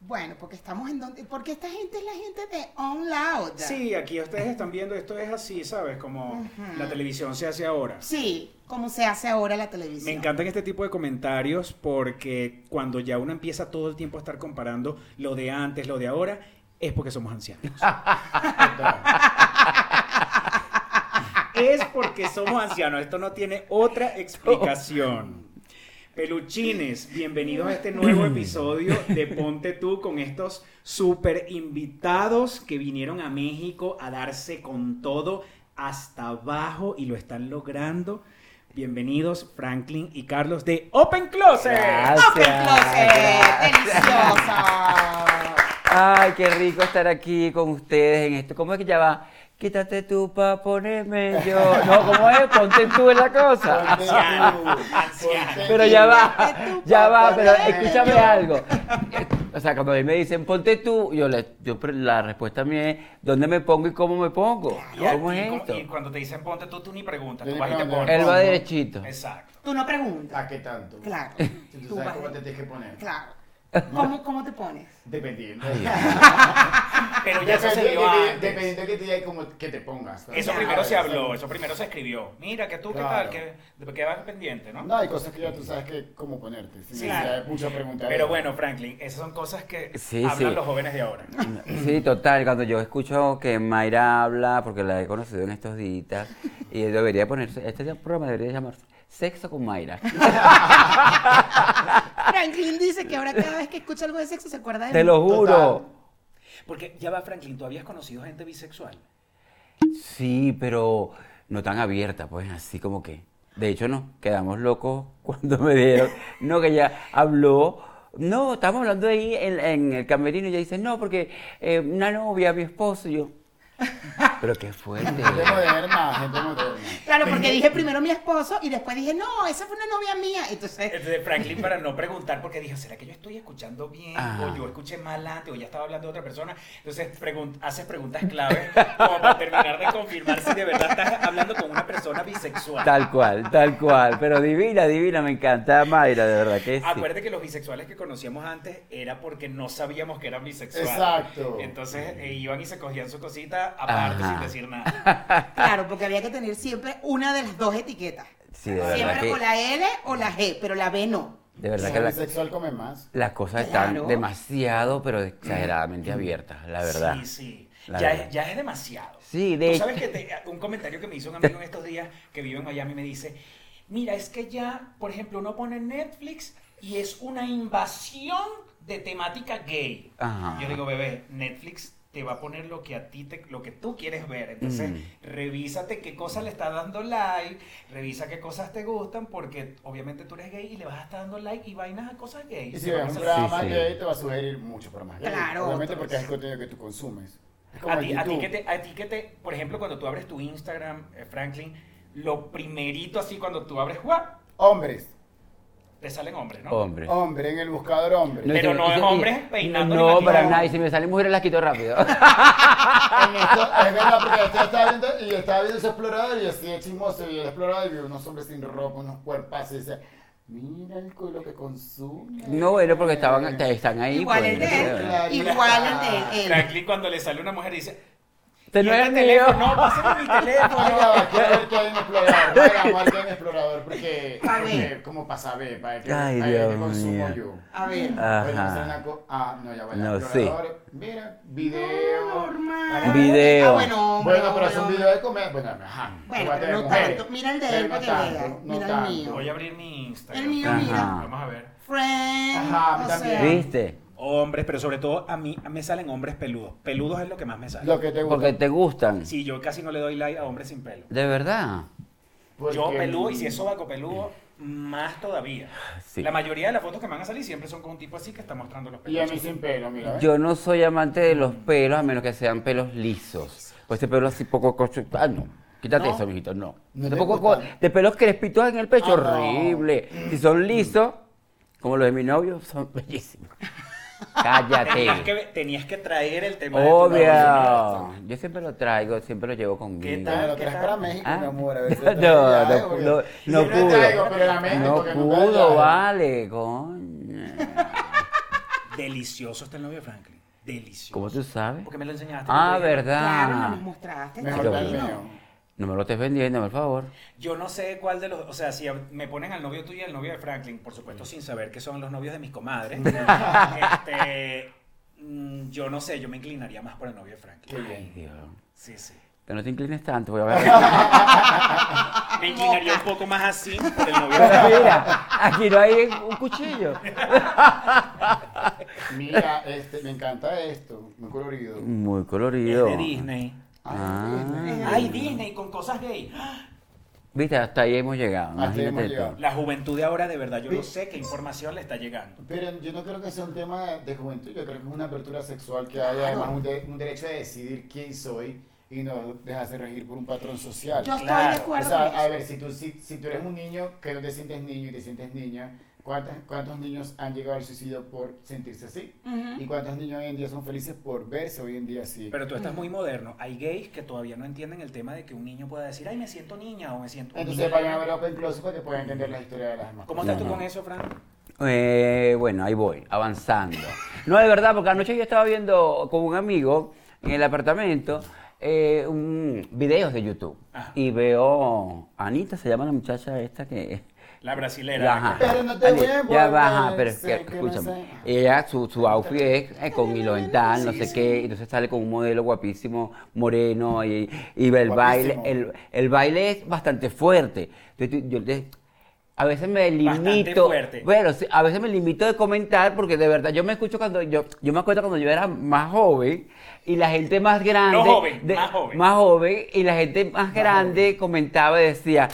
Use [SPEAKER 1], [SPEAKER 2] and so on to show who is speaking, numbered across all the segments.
[SPEAKER 1] Bueno, porque estamos en donde. Porque esta gente es la gente de On Loud.
[SPEAKER 2] Sí, aquí ustedes están viendo, esto es así, ¿sabes? Como
[SPEAKER 1] Ujú.
[SPEAKER 2] la televisión se hace ahora.
[SPEAKER 1] Sí, como se hace ahora la televisión.
[SPEAKER 2] Me encantan este tipo de comentarios porque cuando ya uno empieza todo el tiempo a estar comparando lo de antes, lo de ahora, es porque somos ancianos. es porque somos ancianos. Esto no tiene otra explicación. Peluchines, bienvenidos a este nuevo episodio de Ponte tú con estos super invitados que vinieron a México a darse con todo hasta abajo y lo están logrando. Bienvenidos Franklin y Carlos de Open Closet.
[SPEAKER 3] Gracias.
[SPEAKER 1] ¡Open Ah, Closet! ¡Deliciosa!
[SPEAKER 3] Ay, qué rico estar aquí con ustedes en esto. ¿Cómo es que ya va? Quítate tú pa' ponerme yo. No, ¿cómo es? Ponte tú en la cosa. Pero ya va,
[SPEAKER 1] Ponte tú
[SPEAKER 3] ya
[SPEAKER 1] pa'
[SPEAKER 3] va, pero
[SPEAKER 1] ponerme
[SPEAKER 3] escúchame
[SPEAKER 1] yo.
[SPEAKER 3] algo. O sea, cuando a mí me dicen, ponte tú, yo, le- yo pre- la respuesta mía es, ¿dónde me pongo y cómo me pongo? ¿Cómo es
[SPEAKER 2] Y cu-
[SPEAKER 3] esto?
[SPEAKER 2] y cuando te dicen ponte tú, tú ni preguntas,
[SPEAKER 4] Yo
[SPEAKER 2] tú
[SPEAKER 4] ni
[SPEAKER 2] vas y te
[SPEAKER 4] pregunto.
[SPEAKER 2] pones.
[SPEAKER 3] Él va
[SPEAKER 4] pongo.
[SPEAKER 3] derechito.
[SPEAKER 2] Exacto.
[SPEAKER 1] Tú no preguntas.
[SPEAKER 4] ¿A qué tanto?
[SPEAKER 1] Claro.
[SPEAKER 4] Si tú
[SPEAKER 1] Tú
[SPEAKER 4] sabes
[SPEAKER 1] vas.
[SPEAKER 4] cómo te tienes que poner.
[SPEAKER 1] Claro. ¿Cómo, ¿Cómo te pones?
[SPEAKER 4] Dependiendo.
[SPEAKER 2] Pero ya eso se dio
[SPEAKER 4] Dependiendo que-
[SPEAKER 2] antes.
[SPEAKER 4] Dependiendo que te, diga cómo- que te pongas.
[SPEAKER 2] Eso
[SPEAKER 1] Ya,
[SPEAKER 2] primero se
[SPEAKER 4] ¿sabes?
[SPEAKER 2] habló, eso primero se escribió. Mira, que tú,
[SPEAKER 4] Claro.
[SPEAKER 2] ¿qué tal? Que, que vas pendiente, ¿no?
[SPEAKER 4] No, hay cosas que ya tú sabes que cómo ponerte. Sin
[SPEAKER 2] Sí.
[SPEAKER 4] necesidad de mucha pregunta.
[SPEAKER 2] Pero bueno, Franklin, esas son cosas que
[SPEAKER 3] Sí,
[SPEAKER 2] hablan
[SPEAKER 3] sí.
[SPEAKER 2] los jóvenes de ahora.
[SPEAKER 3] Sí, total, cuando yo escucho que Mayra habla, porque la he conocido en estos días, y debería ponerse, este programa debería llamarse Sexo con Mayra.
[SPEAKER 1] Franklin dice que ahora cada vez que escucha algo de sexo se acuerda de
[SPEAKER 3] Te
[SPEAKER 1] mí.
[SPEAKER 3] lo juro.
[SPEAKER 4] Total.
[SPEAKER 2] Porque ya va, Franklin, ¿tú habías conocido gente bisexual?
[SPEAKER 3] Sí, pero no tan abierta, pues así como que. De hecho, nos quedamos locos cuando me dieron. No, que ella habló. No, estábamos hablando ahí en, en el camerino y ella dice, no, porque eh, una novia, mi esposo, y yo. Pero qué fuerte.
[SPEAKER 4] Gente moderna, gente moderna.
[SPEAKER 1] Claro, porque dije primero mi esposo y después dije, no, esa fue una novia mía. Entonces,
[SPEAKER 2] Entonces, Este, Franklin, para no preguntar, porque dijo, ¿será que yo estoy escuchando bien?
[SPEAKER 3] Ah.
[SPEAKER 2] O yo escuché mal antes, o ya estaba hablando de otra persona. Entonces, pregun- haces preguntas claves como para terminar de confirmar si de verdad estás hablando con una persona bisexual.
[SPEAKER 3] Tal cual, tal cual. Pero divina, divina, me encanta Mayra, de verdad que sí.
[SPEAKER 2] Acuérdate que los bisexuales que conocíamos antes era porque no sabíamos que eran bisexuales.
[SPEAKER 4] Exacto.
[SPEAKER 2] Entonces eh, iban y se cogían su cosita aparte
[SPEAKER 3] Ajá.
[SPEAKER 2] sin decir nada.
[SPEAKER 1] claro, porque había que tener siempre una de las dos etiquetas.
[SPEAKER 3] Sí, de verdad
[SPEAKER 1] Siempre
[SPEAKER 3] que,
[SPEAKER 1] con la L o la G, pero la B no.
[SPEAKER 3] de verdad que
[SPEAKER 4] El
[SPEAKER 3] la-
[SPEAKER 4] bisexual come más.
[SPEAKER 3] las cosas están
[SPEAKER 1] Claro.
[SPEAKER 3] demasiado, pero exageradamente abiertas, la verdad.
[SPEAKER 2] Sí, sí.
[SPEAKER 3] La
[SPEAKER 2] Ya,
[SPEAKER 3] verdad.
[SPEAKER 2] Es, ya es demasiado.
[SPEAKER 3] Sí, de
[SPEAKER 2] Tú
[SPEAKER 3] hecho-
[SPEAKER 2] sabes que te- un comentario que me hizo un amigo en estos días que vive en Miami me dice, mira, es que ya, por ejemplo, uno pone Netflix y es una invasión de temática gay.
[SPEAKER 3] Ajá.
[SPEAKER 2] Yo digo, bebé, Netflix te va a poner lo que a ti te, lo que tú quieres ver. Entonces,
[SPEAKER 3] Mm.
[SPEAKER 2] revísate qué cosas le está dando like, revisa qué cosas te gustan, porque obviamente tú eres gay y le vas a estar dando like y vainas a cosas gay.
[SPEAKER 4] Y si ves un
[SPEAKER 3] Sí,
[SPEAKER 4] programa
[SPEAKER 3] sí.
[SPEAKER 4] gay, te va a sugerir mucho programas gay.
[SPEAKER 1] Claro,
[SPEAKER 4] Obviamente
[SPEAKER 1] otros.
[SPEAKER 4] porque es el contenido que tú consumes. Es como
[SPEAKER 2] A
[SPEAKER 4] el
[SPEAKER 2] ti, a ti
[SPEAKER 4] YouTube.
[SPEAKER 2] que te, a ti que te, por ejemplo, cuando tú abres tu Instagram, eh, Franklin, lo primerito así cuando tú abres WhatsApp,
[SPEAKER 4] Hombres.
[SPEAKER 2] te salen hombres, ¿no?
[SPEAKER 4] Oh.
[SPEAKER 3] Hombre.
[SPEAKER 4] Hombre, en el buscador hombre.
[SPEAKER 2] Pero
[SPEAKER 3] y-
[SPEAKER 2] no
[SPEAKER 3] y-
[SPEAKER 2] es
[SPEAKER 3] y-
[SPEAKER 2] hombre peinando ni
[SPEAKER 3] No,
[SPEAKER 2] maquillando.
[SPEAKER 3] para nada. Y si me salen mujeres las quito rápido.
[SPEAKER 4] En esto- es verdad, porque yo estaba viendo, y yo estaba viendo ese explorador y así de chismoso, y el explorador y vi unos hombres sin ropa, unos cuerpazos, y dice, mira el culo que consume.
[SPEAKER 3] No, era porque estaban, te- están ahí.
[SPEAKER 1] igual
[SPEAKER 3] pues,
[SPEAKER 1] el
[SPEAKER 3] no
[SPEAKER 1] de
[SPEAKER 3] sé,
[SPEAKER 1] él.
[SPEAKER 3] ¿verdad?
[SPEAKER 4] Claro.
[SPEAKER 1] Igual el de él.
[SPEAKER 2] Franklin cuando le sale una mujer dice,
[SPEAKER 3] Este no
[SPEAKER 2] "Y
[SPEAKER 3] es
[SPEAKER 2] este
[SPEAKER 3] mío.
[SPEAKER 2] teléfono, no, pásame mi
[SPEAKER 4] Ay,
[SPEAKER 2] teléfono.
[SPEAKER 4] ya va, quiero ver qué hay en explorador, voy a grabar qué hay en explorador, porque,
[SPEAKER 1] Pa' ver.
[SPEAKER 4] porque como para saber, para que,
[SPEAKER 3] Ay,
[SPEAKER 4] para ver qué
[SPEAKER 3] Dios
[SPEAKER 4] consumo
[SPEAKER 3] mío.
[SPEAKER 4] yo.
[SPEAKER 1] A ver.
[SPEAKER 3] Ajá.
[SPEAKER 4] Bueno, hacer una co- ah, no, ya va,
[SPEAKER 3] No,
[SPEAKER 4] no, explorador, mira, video.
[SPEAKER 1] Normal.
[SPEAKER 3] Video.
[SPEAKER 1] Ah, bueno, hombre,
[SPEAKER 4] Bueno, pero es un
[SPEAKER 1] hombre.
[SPEAKER 4] video de comer, bueno, ajá.
[SPEAKER 1] Bueno,
[SPEAKER 4] igual te
[SPEAKER 1] pero
[SPEAKER 4] de
[SPEAKER 1] no
[SPEAKER 4] mujeres,
[SPEAKER 1] tanto. Mira el de él
[SPEAKER 4] pero no
[SPEAKER 1] para que
[SPEAKER 4] tanto,
[SPEAKER 1] vea,
[SPEAKER 4] no
[SPEAKER 1] mira el
[SPEAKER 4] tanto.
[SPEAKER 1] mío.
[SPEAKER 2] Voy a abrir mi Instagram.
[SPEAKER 1] El mío, mira.
[SPEAKER 3] Ajá.
[SPEAKER 2] Vamos a ver.
[SPEAKER 1] Friend.
[SPEAKER 4] Ajá, a mí
[SPEAKER 1] o
[SPEAKER 4] también.
[SPEAKER 1] sea,
[SPEAKER 3] ¿Viste?
[SPEAKER 2] Hombres, pero sobre todo a mí me salen hombres peludos. Peludos es lo que más me sale.
[SPEAKER 4] Lo que te gusta.
[SPEAKER 3] Porque te gustan.
[SPEAKER 2] Sí, yo casi no le doy like a hombres sin pelo.
[SPEAKER 3] De verdad.
[SPEAKER 2] Yo
[SPEAKER 4] Porque-
[SPEAKER 2] peludo y si es sobaco peludo, más todavía.
[SPEAKER 3] Sí.
[SPEAKER 2] La mayoría de las fotos que me van a salir siempre son con un tipo así que está mostrando los
[SPEAKER 4] Y
[SPEAKER 2] pelos.
[SPEAKER 4] a mí sin pelo, mira. ¿ves?
[SPEAKER 3] Yo no soy amante de los pelos, a menos que sean pelos lisos. Pues este pelo así poco cocho. Ah, no. Quítate
[SPEAKER 2] No.
[SPEAKER 3] eso, mijito, no.
[SPEAKER 4] ¿No
[SPEAKER 3] De
[SPEAKER 4] te
[SPEAKER 3] poco
[SPEAKER 4] gusta?
[SPEAKER 3] co- de pelos crespitos en el pecho,
[SPEAKER 4] Ah, no.
[SPEAKER 3] horrible. Si son lisos, como los de mi novio, son bellísimos. Cállate.
[SPEAKER 2] Tenías que, tenías que traer el tema de tu novio.
[SPEAKER 3] Obvio. Yo siempre lo traigo, siempre lo llevo conmigo.
[SPEAKER 2] ¿Qué
[SPEAKER 4] Bueno,
[SPEAKER 2] tal?
[SPEAKER 4] lo traes para México,
[SPEAKER 3] Ah.
[SPEAKER 4] mi amor. A ver
[SPEAKER 3] No,
[SPEAKER 4] si te traes
[SPEAKER 3] no,
[SPEAKER 4] algo, porque-
[SPEAKER 3] no,
[SPEAKER 4] Si
[SPEAKER 3] no
[SPEAKER 4] te
[SPEAKER 3] pudo.
[SPEAKER 4] traigo, pero la México,
[SPEAKER 3] No
[SPEAKER 4] que nunca
[SPEAKER 3] pudo,
[SPEAKER 4] traes.
[SPEAKER 3] vale, coño.
[SPEAKER 2] Delicioso está el novio de Franklin. Delicioso.
[SPEAKER 3] ¿Cómo tú sabes?
[SPEAKER 2] Porque me lo enseñaste.
[SPEAKER 3] Ah,
[SPEAKER 2] el otro día.
[SPEAKER 1] Claro, no nos
[SPEAKER 3] verdad.
[SPEAKER 1] mostraste.
[SPEAKER 4] Mejor
[SPEAKER 1] está
[SPEAKER 3] que el
[SPEAKER 1] divino.
[SPEAKER 4] mío.
[SPEAKER 3] No me lo estés vendiendo, por favor.
[SPEAKER 2] Yo no sé cuál de los. O sea, si a- me ponen al novio tuyo y al novio de Franklin, por supuesto, sin saber que son los novios de mis comadres. este, mm, yo no sé, yo me inclinaría más por el novio de Franklin.
[SPEAKER 3] Ay, Dios.
[SPEAKER 2] Sí, sí.
[SPEAKER 3] Que no te inclines tanto, voy a ver.
[SPEAKER 2] Me inclinaría un poco más así por el novio de Franklin.
[SPEAKER 3] Pero mira, aquí no hay un cuchillo.
[SPEAKER 4] Mira, este, me encanta esto, muy colorido.
[SPEAKER 3] Muy
[SPEAKER 2] Es
[SPEAKER 3] colorido.
[SPEAKER 2] de Disney.
[SPEAKER 4] Ah.
[SPEAKER 2] Ay, Disney con cosas gay.
[SPEAKER 3] Viste, hasta ahí hemos llegado.
[SPEAKER 4] Hasta ahí hemos
[SPEAKER 3] Imagínate
[SPEAKER 4] llegado.
[SPEAKER 3] todo.
[SPEAKER 2] La juventud de ahora, de verdad, yo no
[SPEAKER 4] Sí.
[SPEAKER 2] sé qué información le está llegando.
[SPEAKER 4] Pero yo no creo que sea un tema de juventud, yo creo que es una apertura sexual que hay además un, de- un derecho de decidir quién soy y no dejarse regir por un patrón social.
[SPEAKER 1] Yo estoy
[SPEAKER 2] Claro,
[SPEAKER 1] de
[SPEAKER 4] O
[SPEAKER 1] acuerdo
[SPEAKER 4] sea,
[SPEAKER 1] con
[SPEAKER 4] a
[SPEAKER 1] eso.
[SPEAKER 4] ver, si tú, si, si tú eres un niño que no te sientes niño y te sientes niña, ¿cuántas- ¿cuántos niños han llegado al suicidio por sentirse así?
[SPEAKER 1] Ujú.
[SPEAKER 4] ¿Y cuántos niños hoy en día son felices por verse hoy en día así?
[SPEAKER 2] Pero tú
[SPEAKER 1] Mm.
[SPEAKER 2] estás muy moderno. Hay gays que todavía no entienden el tema de que un niño pueda decir, ay, me siento niña o me siento. un
[SPEAKER 4] Entonces
[SPEAKER 2] niño".
[SPEAKER 4] vayan a ver Open Closet para que puedan entender la historia de las demás.
[SPEAKER 2] ¿Cómo estás tú
[SPEAKER 3] Ajá.
[SPEAKER 2] con eso, Fran?
[SPEAKER 3] Eh, bueno, ahí voy, avanzando. No, de verdad, porque anoche yo estaba viendo con un amigo en el apartamento eh, un- videos de YouTube.
[SPEAKER 2] Ajá.
[SPEAKER 3] Y veo, Anita se llama la muchacha esta que...
[SPEAKER 2] La brasilera. ¿eh?
[SPEAKER 3] Ajá.
[SPEAKER 4] Pero no te
[SPEAKER 3] Ani-
[SPEAKER 4] vuelvo
[SPEAKER 3] ya
[SPEAKER 4] a
[SPEAKER 3] va, ajá,
[SPEAKER 4] ver,
[SPEAKER 3] pero es
[SPEAKER 4] sé
[SPEAKER 3] que,
[SPEAKER 4] que no
[SPEAKER 3] escúchame.
[SPEAKER 4] sé.
[SPEAKER 3] Ella, su, su outfit es eh, con hilo dental, no sé qué, y entonces sale con un modelo guapísimo, moreno, y, y el
[SPEAKER 4] Guapísimo.
[SPEAKER 3] baile, el, el baile es bastante fuerte. Entonces, tú- yo le- a veces me
[SPEAKER 2] Bastante
[SPEAKER 3] limito,
[SPEAKER 2] fuerte.
[SPEAKER 3] bueno, sí, a veces me limito de comentar porque de verdad yo me escucho cuando yo, yo me acuerdo cuando yo era más joven y la gente más grande,
[SPEAKER 2] joven,
[SPEAKER 3] de-
[SPEAKER 2] más joven.
[SPEAKER 3] más joven y la gente más grande comentaba y decía,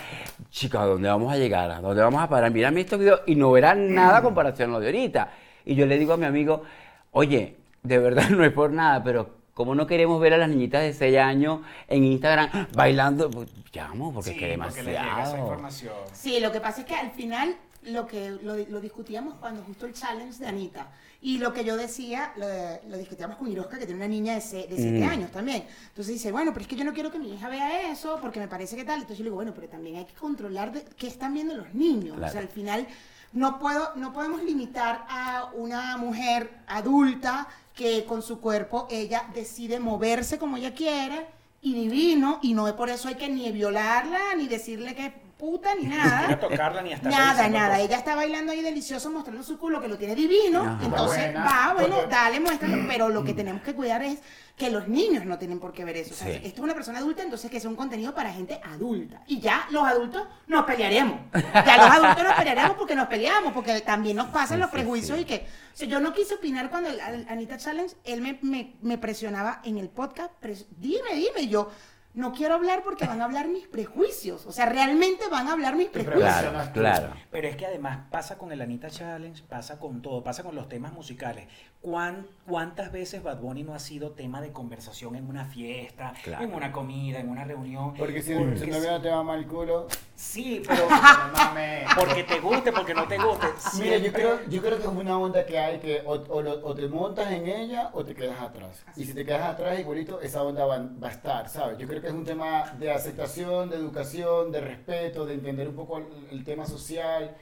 [SPEAKER 3] chica, ¿a dónde vamos a llegar? ¿A dónde vamos a parar? Mírame estos videos y no verán nada a comparación a lo de ahorita. Y yo le digo a mi amigo, oye, de verdad no es por nada, pero ¿cómo no queremos ver a las niñitas de 6 años en Instagram bailando? Pues, Llamo, porque
[SPEAKER 2] Sí,
[SPEAKER 3] es que
[SPEAKER 2] porque le llega esa
[SPEAKER 3] demasiado.
[SPEAKER 2] información.
[SPEAKER 1] Sí, lo que pasa es que al final lo que lo, lo discutíamos cuando justo el challenge de Anita y lo que yo decía lo, de- lo discutíamos con Iroska que tiene una niña de 7
[SPEAKER 3] Mm.
[SPEAKER 1] años también entonces dice bueno pero es que yo no quiero que mi hija vea eso porque me parece que tal entonces yo le digo bueno pero también hay que controlar de- qué están viendo los niños o
[SPEAKER 3] Claro.
[SPEAKER 1] sea al final no puedo no podemos limitar a una mujer adulta que con su cuerpo ella decide moverse como ella quiere y divino y no es por eso hay que ni violarla ni decirle que es puta ni nada
[SPEAKER 2] Quiero tocarla ni hasta
[SPEAKER 1] Nada, nada. Ella está bailando ahí delicioso, mostrando su culo, que lo tiene divino.
[SPEAKER 3] Ajá.
[SPEAKER 1] Entonces,
[SPEAKER 4] Buena.
[SPEAKER 1] va, bueno,
[SPEAKER 4] Porque-
[SPEAKER 1] dale,
[SPEAKER 3] Mm.
[SPEAKER 1] muéstralo. Pero lo que tenemos que cuidar es que los niños no tienen por qué ver eso. O sea,
[SPEAKER 3] Sí.
[SPEAKER 1] esto es una persona adulta, entonces que sea un contenido para gente adulta. Y ya los adultos nos pelearemos. Ya los adultos nos pelearemos porque nos peleamos, porque también nos pasan
[SPEAKER 3] Sí,
[SPEAKER 1] los
[SPEAKER 3] sí,
[SPEAKER 1] prejuicios
[SPEAKER 3] sí.
[SPEAKER 1] y que... o sea, yo no quise opinar cuando el, al- Anita Challenge, él me, me- me presionaba en el podcast. pres- dime, dime, y yo... No quiero hablar porque van a hablar mis prejuicios. O sea, realmente van a hablar mis prejuicios.
[SPEAKER 3] Claro, claro.
[SPEAKER 2] Pero es que además pasa con el Anita Challenge, pasa con todo, pasa con los temas musicales. ¿Cuán- ¿Cuántas veces Bad Bunny no ha sido tema de conversación en una fiesta,
[SPEAKER 3] Claro.
[SPEAKER 2] en una comida, en una reunión?
[SPEAKER 4] Porque si
[SPEAKER 2] Porque
[SPEAKER 4] el novio no te va mal culo,
[SPEAKER 2] sí, pero
[SPEAKER 4] no mames.
[SPEAKER 2] porque te guste, porque no te guste.
[SPEAKER 4] Mira, yo
[SPEAKER 2] siempre-
[SPEAKER 4] creo, yo creo que es una onda que hay que o, o lo- o te montas en ella o te quedas atrás. Y si te quedas atrás, igualito, esa onda va, va a estar, ¿sabes? Yo creo que es un tema de aceptación, de educación, de respeto, de entender un poco el, el tema social.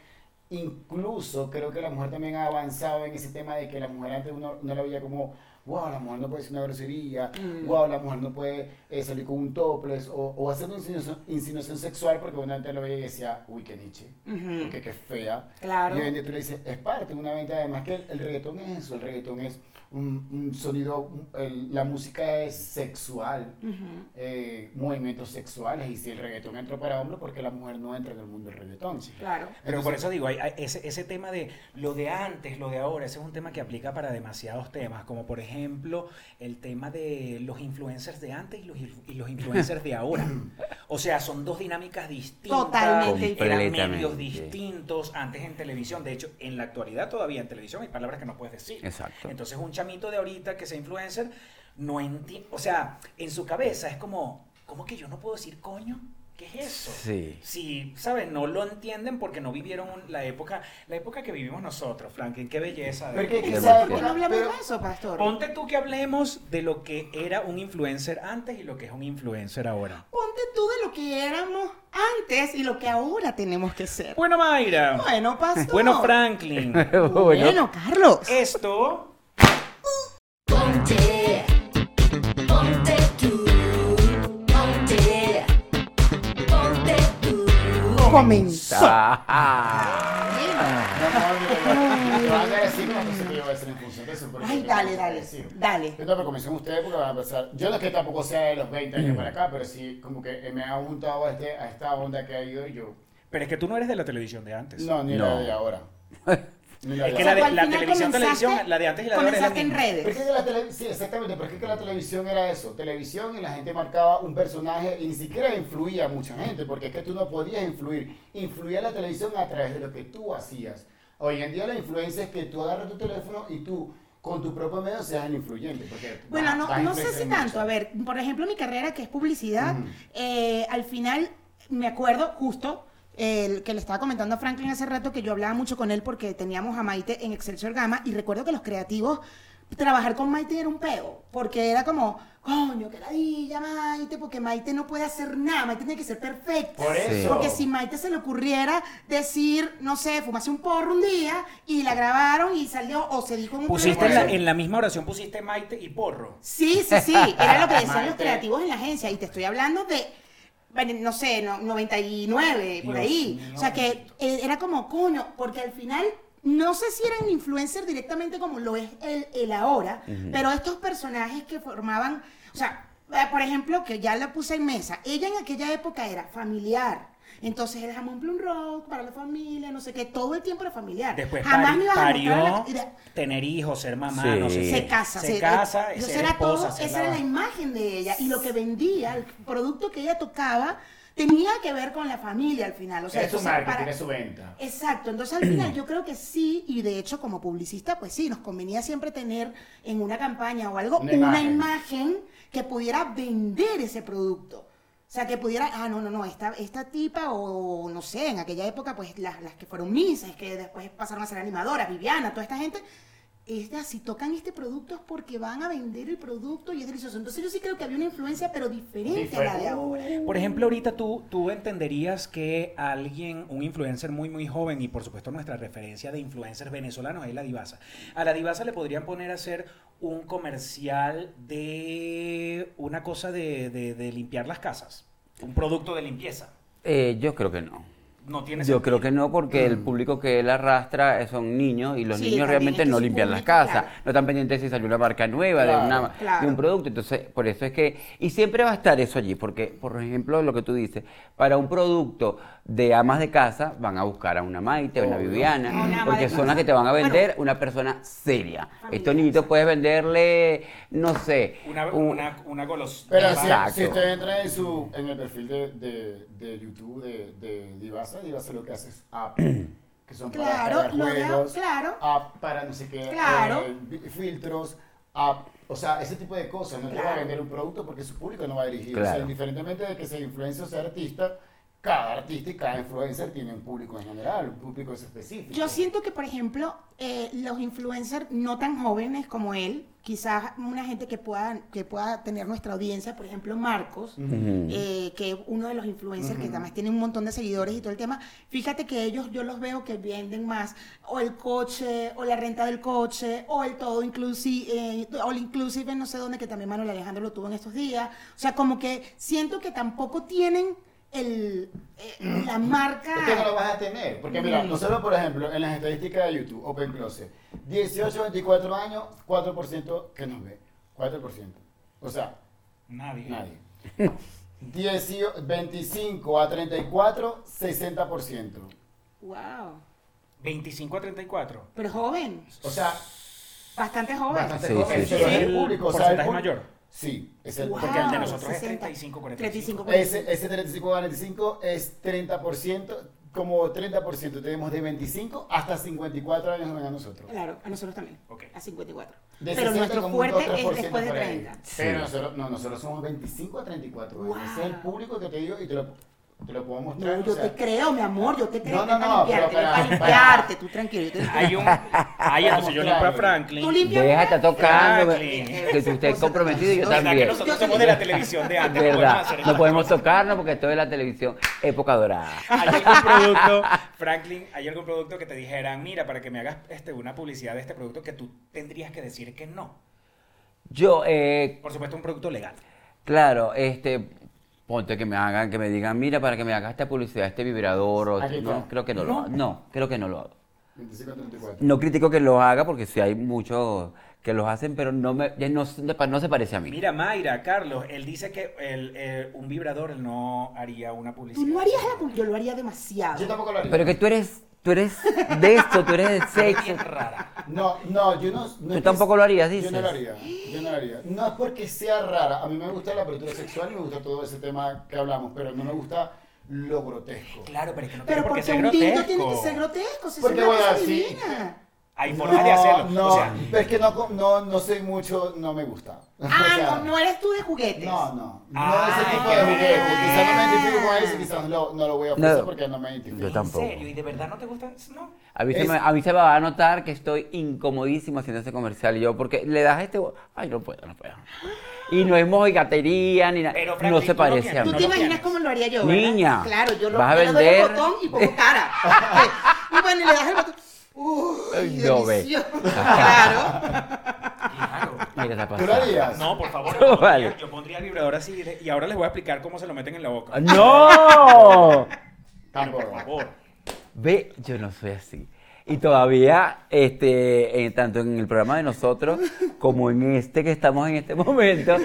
[SPEAKER 4] Incluso creo que la mujer también ha avanzado en ese tema de que la mujer antes uno no la veía como, wow, la mujer no puede decir una grosería, wow, la mujer no puede eh, salir con un topless o, o hacer una insinuación, insinuación sexual porque uno antes lo veía y decía, uy, qué niche,
[SPEAKER 1] Ujú.
[SPEAKER 4] que, que fea.
[SPEAKER 1] Claro.
[SPEAKER 4] Y hoy en día tú le dices, es parte, una venta. Además que el, el reggaetón es eso, el reggaetón es un, un sonido, un- el- la música es sexual, eh, movimientos sexuales. Y si el reggaetón entró para hombres, porque la mujer no entra en el mundo del reggaetón.
[SPEAKER 1] Claro.
[SPEAKER 2] Pero por eso digo, hay- hay ese, ese tema de lo de antes, lo de ahora, ese es un tema que aplica para demasiados temas, como por ejemplo el tema de los influencers de antes y los, inf- y los influencers de ahora. O sea, son dos dinámicas distintas,
[SPEAKER 1] Totalmente
[SPEAKER 2] eran
[SPEAKER 3] Completamente.
[SPEAKER 2] medios distintos, antes en televisión, de hecho, en la actualidad todavía en televisión hay palabras que no puedes decir.
[SPEAKER 3] Exacto.
[SPEAKER 2] Entonces un chamito de ahorita que sea influencer, no entiende, o sea, en su cabeza es como, ¿cómo que yo no puedo decir coño? ¿Qué es eso?
[SPEAKER 3] Sí.
[SPEAKER 2] Sí, ¿sabes? No lo entienden porque no vivieron un- la época la época que vivimos nosotros, Franklin. Qué belleza. de-
[SPEAKER 4] Porque,
[SPEAKER 3] Demasiado.
[SPEAKER 4] ¿sabes?
[SPEAKER 1] ¿Por qué no hablamos
[SPEAKER 4] Pero-
[SPEAKER 1] de eso, pastor?
[SPEAKER 2] Ponte tú que hablemos de lo que era un influencer antes y lo que es un influencer ahora.
[SPEAKER 1] Ponte tú de lo que éramos antes y lo que ahora tenemos que ser.
[SPEAKER 2] Bueno, Mayra.
[SPEAKER 1] Bueno, pastor.
[SPEAKER 2] Bueno, Eh, Franklin.
[SPEAKER 3] bueno,
[SPEAKER 1] Bueno, Carlos.
[SPEAKER 2] Esto
[SPEAKER 5] Ponte, ponte tú, ponte, ponte tú.
[SPEAKER 1] Comenzó.
[SPEAKER 3] Ah,
[SPEAKER 4] Yo voy a decir una cosa que yo voy a decir en función de eso. porque
[SPEAKER 1] Ay,
[SPEAKER 4] yo
[SPEAKER 1] dale,
[SPEAKER 4] tengo que
[SPEAKER 1] dale,
[SPEAKER 4] decir.
[SPEAKER 1] dale.
[SPEAKER 4] Yo también comencé con ustedes porque van a pasar. Yo no es que tampoco sea de los 20 años para acá, pero sí como que me ha juntado a, este, a esta onda que ha ido y yo.
[SPEAKER 2] Pero es que tú no eres de la televisión de antes.
[SPEAKER 4] No, ni la
[SPEAKER 3] No.
[SPEAKER 4] de ahora. Ni la
[SPEAKER 2] Es
[SPEAKER 4] de
[SPEAKER 2] que
[SPEAKER 1] O sea, tú
[SPEAKER 2] la, de-
[SPEAKER 4] ahora.
[SPEAKER 1] al
[SPEAKER 2] la
[SPEAKER 1] final comenzaste-
[SPEAKER 2] televisión, televisión, la de antes y la de ahora es la
[SPEAKER 1] Comenzaste en
[SPEAKER 2] misma.
[SPEAKER 4] Pero es que
[SPEAKER 1] redes.
[SPEAKER 4] la tele- sí, exactamente, pero es que la televisión era eso, televisión y la gente marcaba un personaje y ni siquiera influía a mucha gente, porque es que tú no podías influir, influía la televisión a través de lo que tú hacías. Hoy en día la influencia es que tú agarras tu teléfono y tú con tu propio medio seas el influyente. porque
[SPEAKER 1] Bueno,
[SPEAKER 4] va-
[SPEAKER 1] no,
[SPEAKER 4] vas a
[SPEAKER 1] no sé
[SPEAKER 4] influenciar
[SPEAKER 1] si
[SPEAKER 4] mucho.
[SPEAKER 1] tanto. A ver, por ejemplo, mi carrera que es publicidad,
[SPEAKER 4] Ujú.
[SPEAKER 1] eh, al final me acuerdo justo eh, el que le estaba comentando a Franklin hace rato que yo hablaba mucho con él porque teníamos a Maite en Excelsior Gama y recuerdo que los creativos, trabajar con Maite era un peo, porque era como, coño, que ladilla Maite, porque Maite no puede hacer nada, Maite tiene que ser perfecta.
[SPEAKER 4] Por
[SPEAKER 3] Sí.
[SPEAKER 4] eso.
[SPEAKER 1] Porque si Maite se le ocurriera decir, no sé, fumase un porro un día y la grabaron y salió o se dijo en un
[SPEAKER 2] Pusiste en
[SPEAKER 1] programa-
[SPEAKER 2] la, en la misma oración pusiste Maite y Porro.
[SPEAKER 1] Sí, sí, sí. Era lo que decían los
[SPEAKER 4] Maite.
[SPEAKER 1] creativos en la agencia. Y te estoy hablando de, bueno, no sé, no- 99, por
[SPEAKER 2] Dios
[SPEAKER 1] ahí.
[SPEAKER 2] mío.
[SPEAKER 1] O sea que eh, era como, coño, porque al final. No sé si eran influencers directamente como lo es el, el ahora, pero estos personajes que formaban, o sea, eh, por ejemplo, que ya la puse en mesa, ella en aquella época era familiar, entonces el jamón plum rock para la familia, no sé qué, todo el tiempo era familiar.
[SPEAKER 2] Después
[SPEAKER 1] Jamás
[SPEAKER 2] pari-
[SPEAKER 1] me ibas a mostrar la-
[SPEAKER 2] parió,
[SPEAKER 1] la-
[SPEAKER 2] tener hijos, ser mamá,
[SPEAKER 3] Sí.
[SPEAKER 2] no sé. qué.
[SPEAKER 3] Eh,
[SPEAKER 1] se casa,
[SPEAKER 2] se, casa,
[SPEAKER 1] eh,
[SPEAKER 2] ser
[SPEAKER 1] era
[SPEAKER 2] esposa,
[SPEAKER 1] todo,
[SPEAKER 2] ser
[SPEAKER 1] esa era la imagen de ella y lo que vendía, el producto que ella tocaba tenía que ver con la familia al final, o sea,
[SPEAKER 4] es su
[SPEAKER 1] entonces,
[SPEAKER 4] marketing,
[SPEAKER 1] para-
[SPEAKER 4] es su venta.
[SPEAKER 1] Exacto, entonces al final yo creo que sí, y de hecho como publicista, pues sí, nos convenía siempre tener en una campaña o algo
[SPEAKER 4] Una
[SPEAKER 1] una,
[SPEAKER 4] imagen.
[SPEAKER 1] imagen. que pudiera vender ese producto. O sea, que pudiera, ah, no, no, no, esta, esta tipa o no sé, en aquella época pues las, las que fueron misas, que después pasaron a ser animadoras, Viviana, toda esta gente, estas si tocan este producto es porque van a vender el producto y es delicioso. Entonces yo sí creo que había una influencia, pero diferente a la de ahora.
[SPEAKER 2] Por ejemplo, ahorita tú, tú entenderías que alguien, un influencer muy, muy joven, y por supuesto nuestra referencia de influencers venezolanos es la divasa. A la divasa le podrían poner a hacer un comercial de una cosa de, de- de limpiar las casas, un producto de limpieza.
[SPEAKER 3] eh, yo creo que no.
[SPEAKER 2] No tiene
[SPEAKER 3] Yo creo que no, porque el público que él arrastra eh, son niños y los
[SPEAKER 1] Mm. Sí,
[SPEAKER 3] niños
[SPEAKER 1] también
[SPEAKER 3] realmente
[SPEAKER 1] es que
[SPEAKER 3] no
[SPEAKER 1] su
[SPEAKER 3] limpian las
[SPEAKER 1] público,
[SPEAKER 3] casas,
[SPEAKER 1] claro.
[SPEAKER 3] no están pendientes si salió una marca nueva de,
[SPEAKER 4] Claro,
[SPEAKER 3] una-
[SPEAKER 1] claro.
[SPEAKER 3] de un producto. Entonces, por eso es que. Y siempre va a estar eso allí, porque, por ejemplo, lo que tú dices, para un producto de amas de casa van a buscar a una Maite, a una Viviana,
[SPEAKER 1] Una ama
[SPEAKER 3] porque
[SPEAKER 1] de
[SPEAKER 3] son
[SPEAKER 1] casa.
[SPEAKER 3] las que te van a
[SPEAKER 1] Bueno.
[SPEAKER 3] vender una persona seria.
[SPEAKER 1] Familiar,
[SPEAKER 3] Estos niñitos puedes venderle, no sé.
[SPEAKER 2] Una,
[SPEAKER 3] un-
[SPEAKER 2] una, una golos-
[SPEAKER 4] Pero si,
[SPEAKER 3] Exacto.
[SPEAKER 4] si usted entra en, su, en el perfil de, de, de YouTube de, de Divasa, Divasa lo que hace es app, que son
[SPEAKER 1] Claro,
[SPEAKER 4] para
[SPEAKER 1] lo de-
[SPEAKER 4] cargar juegos,
[SPEAKER 1] claro.
[SPEAKER 4] app para no sé qué,
[SPEAKER 1] Claro.
[SPEAKER 4] eh, vi- filtros, app, o sea, ese tipo de cosas. No te va a
[SPEAKER 1] Claro.
[SPEAKER 4] vender un producto porque su público no va a dirigir. O sea,
[SPEAKER 3] Claro.
[SPEAKER 4] indiferentemente de que sea influencer o sea artista, cada artista y cada influencer tiene un público en general, un público específico.
[SPEAKER 1] Yo siento que, por ejemplo, eh, los influencers no tan jóvenes como él, quizás una gente que pueda, que pueda tener nuestra audiencia, por ejemplo, Marcos, eh, que es uno de los influencers que además tiene un montón de seguidores y todo el tema, fíjate que ellos yo los veo que venden más o el coche, o la renta del coche, o el todo inclusive, all inclusive, no sé dónde, que también Manuel Alejandro lo tuvo en estos días. O sea, como que siento que tampoco tienen el, eh, la marca...
[SPEAKER 4] Es que no lo vas a tener. Porque mira, nosotros, por ejemplo, en las estadísticas de YouTube, Open Closet, 18, 24 años, 4% que nos ve. 4%. O sea,
[SPEAKER 2] Nadie.
[SPEAKER 4] nadie. 18 25 a 34, 60%.
[SPEAKER 1] Wow.
[SPEAKER 2] 25 a 34.
[SPEAKER 1] Pero joven.
[SPEAKER 4] O sea,
[SPEAKER 1] Bastante joven.
[SPEAKER 4] bastante
[SPEAKER 3] Sí,
[SPEAKER 4] joven,
[SPEAKER 3] sí,
[SPEAKER 4] pero
[SPEAKER 2] Ah, sí.
[SPEAKER 4] es el público. o sea,
[SPEAKER 2] Porcentaje
[SPEAKER 4] el público-
[SPEAKER 2] mayor.
[SPEAKER 4] Sí, es el
[SPEAKER 1] Wow,
[SPEAKER 2] Porque el de nosotros es
[SPEAKER 1] 60.
[SPEAKER 2] 35, 45.
[SPEAKER 1] 35,
[SPEAKER 4] Ese, ese 35-45 es 30%, como 30%. Tenemos de 25 hasta 54 años nos ven a nosotros.
[SPEAKER 1] Claro, a nosotros también.
[SPEAKER 2] Ok.
[SPEAKER 1] A 54.
[SPEAKER 4] De
[SPEAKER 1] Pero
[SPEAKER 4] 60
[SPEAKER 1] nuestro
[SPEAKER 4] como un
[SPEAKER 1] fuerte
[SPEAKER 4] 2-3%
[SPEAKER 1] es después de
[SPEAKER 4] por ahí.
[SPEAKER 1] 30.
[SPEAKER 4] Pero nosotros, no, nosotros somos 25 a 34 años.
[SPEAKER 1] Wow.
[SPEAKER 4] Ese es el público que te digo y te lo... Te lo puedo mostrar.
[SPEAKER 1] No,
[SPEAKER 4] o
[SPEAKER 1] yo
[SPEAKER 4] sea,
[SPEAKER 1] te creo, mi amor, yo te creo.
[SPEAKER 4] No,
[SPEAKER 1] que
[SPEAKER 4] no, no,
[SPEAKER 1] limpiarte,
[SPEAKER 4] pero
[SPEAKER 1] para
[SPEAKER 4] para-
[SPEAKER 1] limpiarte, tú tranquilo. Yo te
[SPEAKER 2] Hay un. Ay, entonces yo limpio a
[SPEAKER 1] Tú
[SPEAKER 2] Franklin.
[SPEAKER 1] limpias.
[SPEAKER 3] Deja, está tocando.
[SPEAKER 2] Franklin.
[SPEAKER 3] Que si usted es comprometido, yo
[SPEAKER 2] ¿Verdad que
[SPEAKER 3] también.
[SPEAKER 2] nosotros somos de la televisión de antes? no podemos
[SPEAKER 3] Verdad,
[SPEAKER 2] hacer
[SPEAKER 3] no
[SPEAKER 2] estas
[SPEAKER 3] podemos
[SPEAKER 2] cosas.
[SPEAKER 3] tocarnos porque esto es la televisión época dorada.
[SPEAKER 2] ¿Hay algún producto, Franklin, hay algún producto que te dijeran, mira, para que me hagas este, una publicidad de este producto que tú tendrías que decir que no?
[SPEAKER 3] Yo, eh,
[SPEAKER 2] Por supuesto, un producto legal.
[SPEAKER 3] claro, este, ponte que me hagan, que me digan, mira, para que me hagas esta publicidad, este vibrador, o
[SPEAKER 4] Aquí está.
[SPEAKER 3] no, creo que no, lo
[SPEAKER 2] No.
[SPEAKER 3] hago. No, creo que no lo hago.
[SPEAKER 4] 25 a 34.
[SPEAKER 3] No critico que lo haga porque sí hay muchos que los hacen, pero no me, ya no, no se parece a mí.
[SPEAKER 2] Mira, Mayra, Carlos, él dice que el, eh, un vibrador él no haría una
[SPEAKER 1] Tú
[SPEAKER 2] publicidad.
[SPEAKER 1] no harías la pul- yo lo haría demasiado.
[SPEAKER 4] Yo tampoco lo haría.
[SPEAKER 3] Pero que tú eres, tú eres de esto, tú eres de sexo.
[SPEAKER 2] Bien rara.
[SPEAKER 4] No, no, yo no. no es que-
[SPEAKER 3] tampoco lo harías,
[SPEAKER 4] Yo no lo
[SPEAKER 3] dices.
[SPEAKER 4] haría. Yo no lo haría. No es porque sea rara. A mí me gusta la apertura sexual y me gusta todo ese tema que hablamos, pero no me gusta lo grotesco.
[SPEAKER 2] Claro, pero es que no tiene
[SPEAKER 1] Pero
[SPEAKER 2] por
[SPEAKER 1] porque
[SPEAKER 2] qué ser
[SPEAKER 1] un dildo tiene que
[SPEAKER 2] grotesco.
[SPEAKER 1] ser grotesco, si es
[SPEAKER 4] Porque,
[SPEAKER 1] una cosa
[SPEAKER 4] bueno, sí.
[SPEAKER 1] divina.
[SPEAKER 2] Hay formas de hacerlo.
[SPEAKER 4] No,
[SPEAKER 2] O sea,
[SPEAKER 4] es que no, co- no, no soy mucho, no me gusta. O sea,
[SPEAKER 1] Ah, no, no eres tú de juguetes.
[SPEAKER 4] No, no. No
[SPEAKER 2] Ah,
[SPEAKER 4] ese tipo de
[SPEAKER 2] qué
[SPEAKER 4] juguete.
[SPEAKER 2] bien.
[SPEAKER 4] Quizás no me identifico con eso, quizás lo- no lo voy a ofrecer
[SPEAKER 3] No.
[SPEAKER 4] porque no me
[SPEAKER 3] Yo
[SPEAKER 2] ¿en
[SPEAKER 4] identifico.
[SPEAKER 3] tampoco.
[SPEAKER 2] serio? ¿Y de verdad no te gusta? No.
[SPEAKER 3] A mí, se
[SPEAKER 4] Es-
[SPEAKER 3] me, a mí se me va a notar que estoy incomodísimo haciendo ese comercial y yo, porque le das este... bo- Ay, no puedo, no puedo. Y no es mojigatería ni nada.
[SPEAKER 2] Pero, Franklin,
[SPEAKER 3] No
[SPEAKER 2] tú
[SPEAKER 3] se
[SPEAKER 2] no
[SPEAKER 3] parece
[SPEAKER 2] tienes-
[SPEAKER 3] a
[SPEAKER 1] ¿Tú
[SPEAKER 3] mí.
[SPEAKER 2] no
[SPEAKER 1] te
[SPEAKER 2] lo
[SPEAKER 1] imaginas
[SPEAKER 2] tienes.
[SPEAKER 1] cómo lo haría yo? ¿verdad?
[SPEAKER 3] Niña,
[SPEAKER 1] Claro, yo lo
[SPEAKER 3] vas a
[SPEAKER 1] yo le doy el
[SPEAKER 3] vender-
[SPEAKER 1] botón y pongo cara. y bueno, y le das el botón. Uy,
[SPEAKER 3] No, ve.
[SPEAKER 1] delicioso. Claro.
[SPEAKER 2] Claro.
[SPEAKER 3] Mira, está
[SPEAKER 4] ¿Tú lo
[SPEAKER 3] pasando.
[SPEAKER 4] harías?
[SPEAKER 2] No, por favor.
[SPEAKER 3] No,
[SPEAKER 2] yo pondría-
[SPEAKER 3] vale.
[SPEAKER 2] Yo pondría el vibrador así de- y ahora les voy a explicar cómo se lo meten en la boca.
[SPEAKER 3] ¡No!
[SPEAKER 4] Tampoco.
[SPEAKER 2] Por favor.
[SPEAKER 3] Ve, yo no soy así. Y todavía, este, eh, tanto en el programa de nosotros como en este que estamos en este momento,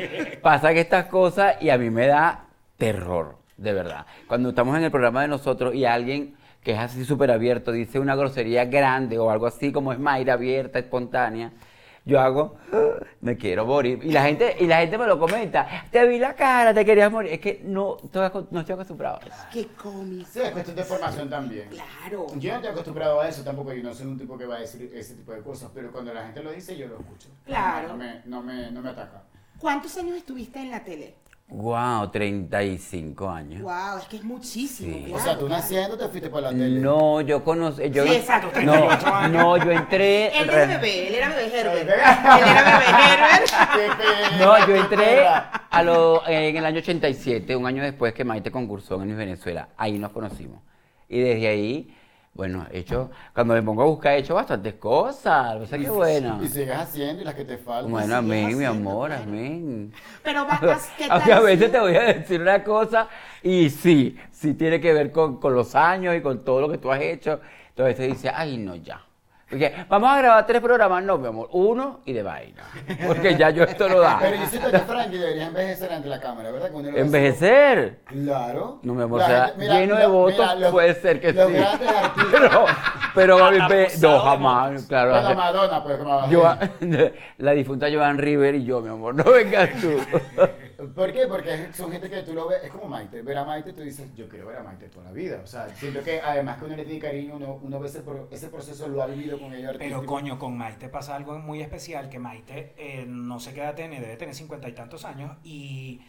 [SPEAKER 3] pasan estas cosas y a mí me da terror, de verdad. Cuando estamos en el programa de nosotros y alguien que es así súper abierto dice una grosería grande o algo así como es Mayra abierta, espontánea, yo hago, "Ah, me quiero morir. Y la gente, y la gente me lo comenta, te vi la cara, te querías morir. Es que no, estoy acos- no estoy acostumbrado a eso.
[SPEAKER 1] Qué cómico.
[SPEAKER 4] Sí, es cuestión de formación también.
[SPEAKER 1] Claro.
[SPEAKER 4] Yo no estoy acostumbrado a eso tampoco, yo no soy un tipo que va a decir ese tipo de cosas, pero cuando la gente lo dice, yo lo escucho.
[SPEAKER 1] Claro.
[SPEAKER 4] No me, no me, no me ataca.
[SPEAKER 1] ¿Cuántos años estuviste en la tele?
[SPEAKER 3] Wow, 35 años.
[SPEAKER 1] Wow, es que es muchísimo.
[SPEAKER 3] Sí.
[SPEAKER 1] Claro.
[SPEAKER 4] O sea, tú naciendo te fuiste para la tele.
[SPEAKER 3] No, yo conocí. Yo,
[SPEAKER 1] Sí, exacto, 38
[SPEAKER 3] no, no, yo entré.
[SPEAKER 1] Él era
[SPEAKER 3] re-
[SPEAKER 1] bebé, él era bebé Herbert.
[SPEAKER 4] Bebé.
[SPEAKER 1] él era bebé Herbert.
[SPEAKER 4] Qué pena,
[SPEAKER 3] No, yo
[SPEAKER 4] qué
[SPEAKER 3] entré
[SPEAKER 4] pena.
[SPEAKER 3] a lo, en el año 87, un año después que Maite concursó en Miss Venezuela. Ahí nos conocimos. Y desde ahí, bueno, he hecho, cuando me pongo a buscar, he hecho bastantes cosas. O sea, qué bueno.
[SPEAKER 4] Y sigues haciendo y las que te faltan.
[SPEAKER 3] Bueno,
[SPEAKER 1] sigues
[SPEAKER 3] amén, mi
[SPEAKER 1] haciendo,
[SPEAKER 3] amor,
[SPEAKER 1] claro.
[SPEAKER 3] amén.
[SPEAKER 1] Pero vas, ¿qué tal?
[SPEAKER 3] Aunque a veces
[SPEAKER 1] si-
[SPEAKER 3] te voy a decir una cosa y sí, sí tiene que ver con, con los años y con todo lo que tú has hecho. Entonces te dice, ay, no, ya. Porque vamos a grabar tres programas, no, mi amor, uno y de vaina. Porque ya yo esto lo da.
[SPEAKER 4] Pero yo siento que Frankie debería envejecer ante la cámara, ¿verdad? Que uno lo hace-
[SPEAKER 3] Envejecer.
[SPEAKER 4] Claro.
[SPEAKER 3] No, mi amor,
[SPEAKER 4] La
[SPEAKER 3] o sea,
[SPEAKER 4] gente- mira,
[SPEAKER 3] lleno de
[SPEAKER 4] mira,
[SPEAKER 3] votos
[SPEAKER 4] mira, los-
[SPEAKER 3] puede ser que
[SPEAKER 4] los
[SPEAKER 3] sí.
[SPEAKER 4] grandes artistas.
[SPEAKER 3] Pero, pero
[SPEAKER 2] Abusado
[SPEAKER 3] ve-
[SPEAKER 2] de
[SPEAKER 3] no,
[SPEAKER 2] votos.
[SPEAKER 3] jamás, claro.
[SPEAKER 4] Bueno, Madonna, pues, como-
[SPEAKER 3] Yo- la difunta Joan River y yo, mi amor, no vengas tú.
[SPEAKER 4] ¿Por qué? Porque son gente que tú lo ves, es como Maite. Ver a Maite, tú dices, yo quiero ver a Maite toda la vida. O sea, siento que además que uno le tiene cariño, uno, uno ve ese, pro- ese proceso, lo ha vivido con ella.
[SPEAKER 2] Pero
[SPEAKER 4] artístico.
[SPEAKER 2] coño, con Maite pasa algo muy especial, que Maite eh, no sé qué edad tiene, debe tener cincuenta y tantos años, y,